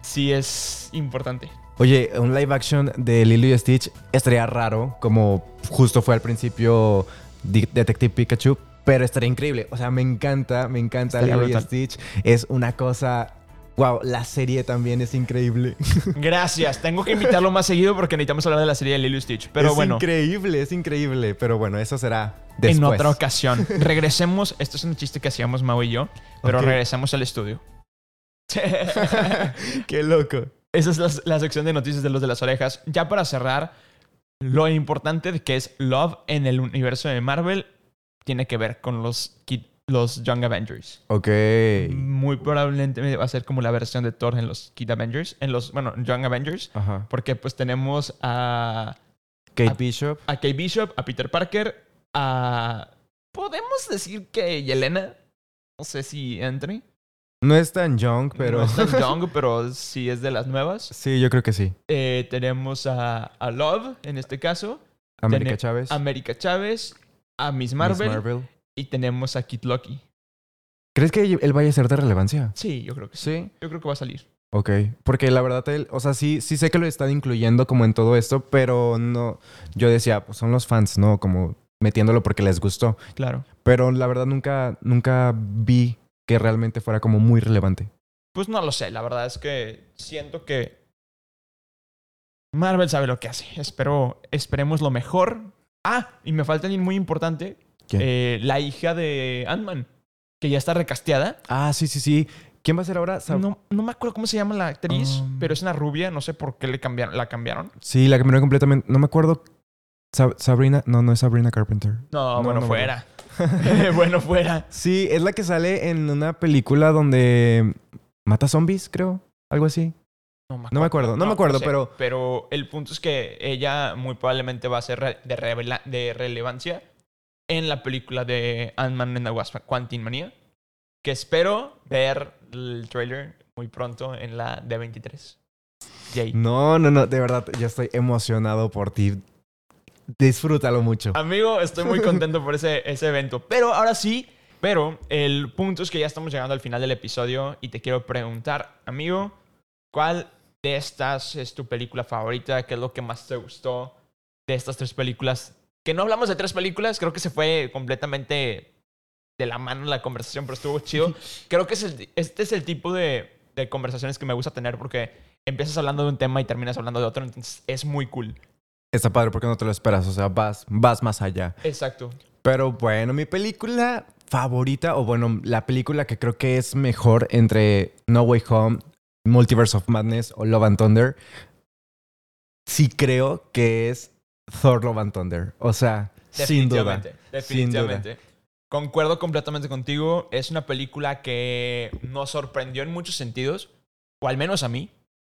S1: Sí es importante.
S2: Oye, un live action de Lilo y Stitch estaría raro, como justo fue al principio Di- Detective Pikachu, pero estaría increíble. O sea, me encanta, me encanta
S1: Estaría
S2: Lilo y
S1: brutal.
S2: Stitch. Es una cosa. Wow, la serie también es increíble.
S1: Gracias. Tengo que invitarlo más seguido porque necesitamos hablar de la serie de Lilo y Stitch. Pero
S2: es
S1: bueno.
S2: increíble, es increíble. Pero bueno, eso será después.
S1: En otra ocasión. Regresemos. Esto es un chiste que hacíamos Mau y yo, pero
S2: Ok.
S1: regresamos al estudio. Esa
S2: Qué loco.
S1: es la, la sección de noticias de los de las orejas. Ya para cerrar, lo importante de que es Love en el universo de Marvel tiene que ver con los, kid- los Young Avengers.
S2: Ok. Mm.
S1: Muy probablemente va a ser como la versión de Thor en los Kid Avengers, en los, bueno, Young Avengers,
S2: Ajá.
S1: porque pues tenemos a
S2: Kate
S1: Ah.
S2: Bishop.
S1: a Kate Bishop, a Peter Parker, a. Podemos decir que Yelena. No sé si entre.
S2: No es tan young, pero.
S1: No es tan young, pero sí es de las nuevas.
S2: sí, yo creo que sí.
S1: Eh, tenemos a, a Love, en este caso.
S2: América
S1: Tiene-
S2: Chávez.
S1: A América Chávez. A Miss
S2: Miss
S1: Marvel, Y tenemos a Kid Loki.
S2: ¿Crees que él vaya a ser de relevancia?
S1: Sí, yo creo que sí.
S2: Sí.
S1: Yo creo que va a salir.
S2: Ok. Porque la verdad, él, o sea, sí, sí sé que lo están incluyendo como en todo esto, pero no. Yo decía, pues son los fans, ¿no? Como metiéndolo porque les gustó.
S1: Claro.
S2: Pero la verdad nunca, nunca vi que realmente fuera como muy relevante.
S1: Pues no lo sé. La verdad es que siento que. Marvel sabe lo que hace. Espero, esperemos lo mejor. Ah, y me falta alguien muy importante
S2: ¿Quién?
S1: eh, la hija de Ant-Man, que ya está recasteada.
S2: Ah, sí, sí, sí. ¿Quién va a ser ahora? Sab-
S1: No, no me acuerdo cómo se llama la actriz,
S2: Um.
S1: pero es una rubia, no sé por qué le cambiaron, la cambiaron.
S2: Sí, la cambiaron completamente. No me acuerdo. Sab- Sabrina. No, no es Sabrina Carpenter.
S1: No,
S2: No,
S1: bueno,
S2: no me
S1: fuera. bueno, fuera.
S2: Sí, es la que sale en una película donde mata zombies, creo. Algo así. No me acuerdo, no, me acuerdo,
S1: sé,
S2: pero
S1: Pero el punto es que ella muy probablemente va a ser re- de, revela- de relevancia en la película de Ant-Man and the Wasp, Quantum Manía, que espero ver el trailer muy pronto en la D23. Yay.
S2: no, no, no, de verdad, yo estoy emocionado por ti. Disfrútalo mucho.
S1: Amigo, estoy muy contento por ese, ese evento. Pero ahora sí, pero el punto es que ya estamos llegando al final del episodio y te quiero preguntar, amigo, ¿cuál de estas es tu película favorita? ¿Qué es lo que más te gustó de estas tres películas? Que no hablamos de tres películas, creo que se fue completamente de la mano la conversación, pero estuvo chido. Creo que es el- este es el tipo de, de conversaciones que me gusta tener porque empiezas hablando de un tema y terminas hablando de otro, entonces es muy cool.
S2: Está padre porque no te lo esperas, o sea, vas, vas más allá.
S1: Exacto.
S2: Pero bueno, mi película favorita, o bueno, la película que creo que es mejor entre No Way Home, Multiverse of Madness o Love and Thunder, sí creo que es Thor Love and Thunder. O sea, sin duda.
S1: Definitivamente,
S2: sin duda.
S1: Definitivamente. Concuerdo completamente contigo. Es una película que nos sorprendió en muchos sentidos, o al menos a mí,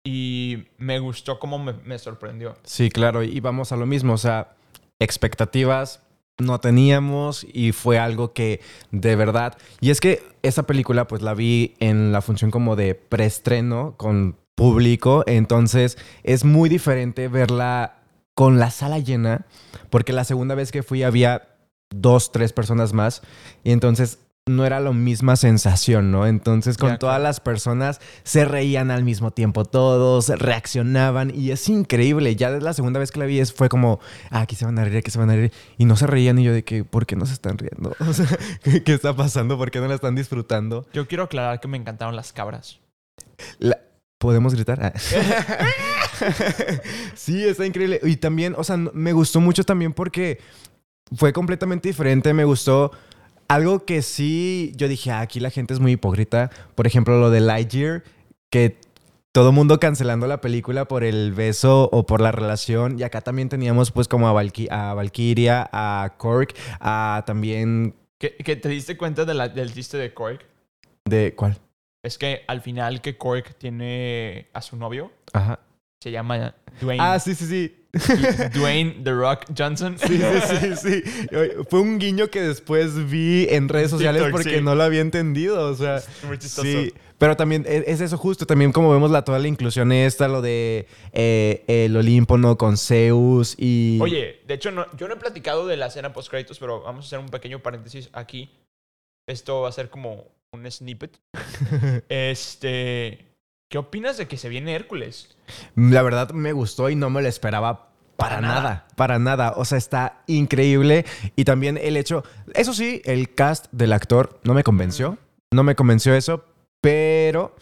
S1: y me gustó cómo me, me sorprendió.
S2: Sí, claro, y vamos a lo mismo, o sea, expectativas no teníamos y fue algo que de verdad, y es que esa película pues la vi en la función como de preestreno con público, entonces es muy diferente verla con la sala llena, porque la segunda vez que fui había dos, tres personas más, y entonces no era la misma sensación, ¿no? Entonces con
S1: Ya,
S2: todas
S1: claro.
S2: las personas se reían al mismo tiempo todos, reaccionaban y es increíble. Ya la segunda vez que la vi es- fue como, ah, aquí se van a reír, aquí se van a reír. Y no se reían y yo de que, ¿por qué no se están riendo? O sea, ¿qué, qué está pasando? ¿Por qué no la están disfrutando?
S1: Yo quiero aclarar que me encantaron las cabras.
S2: La- ¿Podemos gritar? Ah. sí, está increíble. Y también, o sea, no- me gustó mucho también porque fue completamente diferente, me gustó. Algo que sí, yo dije, ah, aquí la gente es muy hipócrita. Por ejemplo, lo de Lightyear, que todo mundo cancelando la película por el beso o por la relación. Y acá también teníamos pues como a, Valky a Valkyria, a Cork, a también...
S1: ¿Que, que te diste cuenta de la- del chiste de Cork?
S2: ¿De cuál?
S1: Es que al final que Cork tiene a su novio,
S2: Ajá.
S1: se llama Dwayne.
S2: Ah, sí, sí, sí.
S1: Dwayne The Rock Johnson.
S2: Sí, sí, sí, sí. Oye, Fue un guiño que después vi en redes sociales
S1: TikTok,
S2: porque
S1: sí.
S2: no lo había entendido. O sea,
S1: Muy chistoso.
S2: sí. Pero también e- es eso justo, también como vemos la, toda la inclusión esta, lo de eh, el Olimpo, ¿no? Con Zeus y...
S1: Oye, de hecho, no- yo no he platicado de la escena post créditos, pero vamos a hacer un pequeño paréntesis aquí. Esto va a ser como un snippet. este. ¿Qué opinas de que se viene Hércules?
S2: La verdad me gustó y no me lo esperaba para nada. para nada. O sea, está increíble. Y también el hecho, eso sí, el cast del actor no me convenció. No me convenció eso, pero,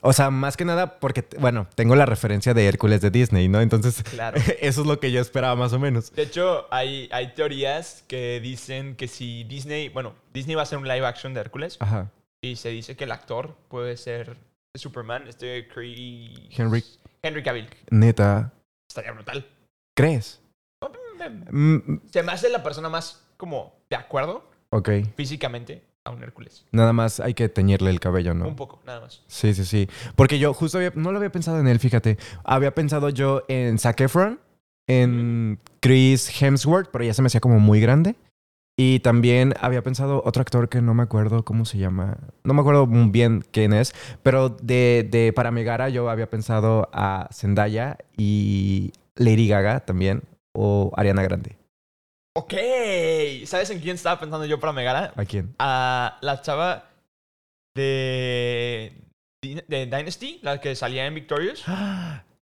S2: o sea, más que nada porque, bueno, tengo la referencia de Hércules de Disney, ¿no? Entonces,
S1: Claro.
S2: eso es lo que yo esperaba más o menos.
S1: De hecho, hay, hay teorías que dicen que si Disney. Bueno, Disney va a hacer un live action de Hércules.
S2: Ajá.
S1: Y se dice que el actor puede ser Superman, este Cree.
S2: Henry,
S1: Henry Cavill.
S2: neta,
S1: Estaría brutal.
S2: ¿crees? Mm,
S1: Se me hace la persona más como de acuerdo
S2: ok,
S1: físicamente a un Hércules.
S2: nada más hay que teñirle el cabello, ¿no?
S1: Un poco, nada más.
S2: Sí, sí, sí. Porque yo justo había- no lo había pensado en él, fíjate. Había pensado yo en Zac Efron, en Chris Hemsworth, pero ya se me hacía como muy grande. Y también había pensado otro actor que no me acuerdo cómo se llama. No me acuerdo muy bien quién es, pero de, de para Megara yo había pensado a Zendaya y Lady Gaga también, o Ariana Grande.
S1: Ok. ¿Sabes en quién estaba pensando yo para Megara?
S2: ¿A quién?
S1: A la chava de, de Dynasty, la que salía en Victorious.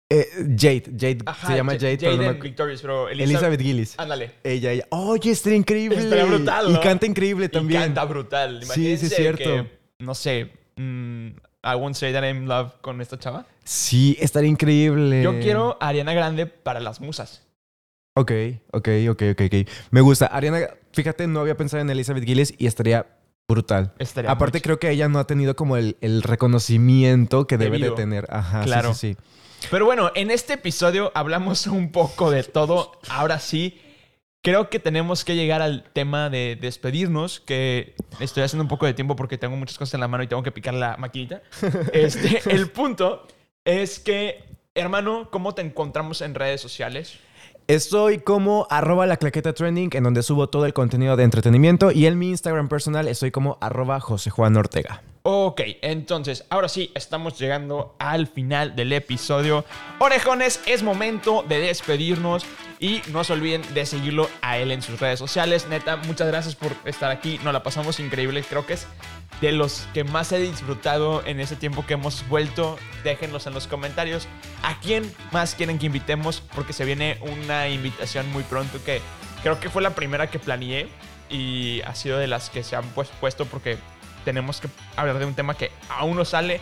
S2: Eh, Jade, Jade,
S1: Ajá,
S2: se llama
S1: Ja-
S2: Jade, pero no me
S1: en
S2: acu-
S1: Victorious, pero Elizabeth.
S2: Elizabeth Gillis.
S1: Ándale.
S2: Ella, ella. Oye, estaría increíble.
S1: Estaría brutal,
S2: Y
S1: ¿no?
S2: canta increíble
S1: También.
S2: también.
S1: canta brutal.
S2: Sí, sí, es
S1: Imagínense
S2: cierto.
S1: que, no sé, mm, I won't say that I'm in love con esta chava.
S2: Sí, estaría increíble.
S1: Yo quiero a Ariana Grande para las musas.
S2: Ok, ok, ok, ok, ok. Me gusta. Ariana, fíjate, no había pensado en Elizabeth Gillis y estaría brutal.
S1: Estaría
S2: Aparte,
S1: muy
S2: creo que ella no ha tenido como el, el reconocimiento que debe
S1: Debido.
S2: de tener. Ajá, sí,
S1: Claro.
S2: sí, sí.
S1: Pero bueno, en este episodio hablamos un poco de todo. Ahora sí, creo que tenemos que llegar al tema de despedirnos, que estoy haciendo un poco de tiempo porque tengo muchas cosas en la mano y tengo que picar la maquinita. Este, el punto es que, hermano, ¿cómo te encontramos en redes sociales?
S2: Estoy como arroba la claqueta trending, en donde subo todo el contenido de entretenimiento. Y en mi Instagram personal estoy como arroba José Juan Ortega.
S1: Ok, entonces, ahora sí, estamos llegando al final del episodio. Orejones, es momento de despedirnos y no se olviden de seguirlo a él en sus redes sociales. Neta, muchas gracias por estar aquí, nos la pasamos increíble, creo que es de los que más he disfrutado en ese tiempo que hemos vuelto. Déjenlos en los comentarios a quién más quieren que invitemos porque se viene una invitación muy pronto que creo que fue la primera que planeé y ha sido de las que se han pues, puesto porque tenemos que hablar de un tema que aún no sale.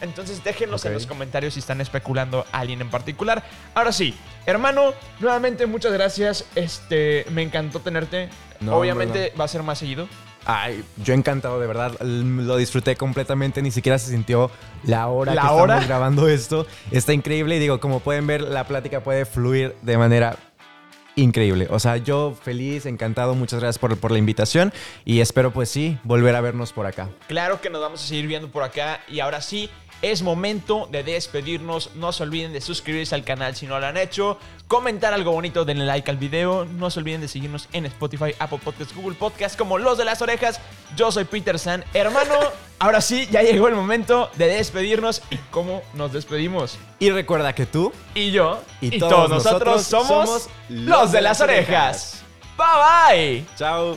S1: Entonces déjenos en
S2: Ok.
S1: los comentarios si están especulando a alguien en particular. Ahora sí, hermano, nuevamente muchas gracias. Este, me encantó tenerte.
S2: No,
S1: Obviamente
S2: hombre,
S1: va a ser más seguido.
S2: Ay, yo encantado, de verdad. L- Lo disfruté completamente. Ni siquiera se sintió la hora
S1: ¿La
S2: que
S1: hora?
S2: estamos grabando esto. Está increíble. Y digo, como pueden ver, la plática puede fluir de manera increíble. O sea, yo feliz, encantado. Muchas gracias por, por la invitación. Y espero, pues sí, volver a vernos por acá.
S1: Claro que nos vamos a seguir viendo por acá. Y ahora sí, es momento de despedirnos. No se olviden de suscribirse al canal si no lo han hecho. Comentar algo bonito, denle like al video. No se olviden de seguirnos en Spotify, Apple Podcasts, Google Podcasts, como los de las orejas. Yo soy Peter San, hermano. Ahora sí, ya llegó el momento de despedirnos. ¿Y cómo nos despedimos?
S2: Y recuerda que tú
S1: Y yo
S2: Y
S1: y,
S2: todos
S1: todos,
S2: nosotros
S1: nosotros, somos,
S2: somos
S1: los de las orejas. Bye bye.
S2: Chao.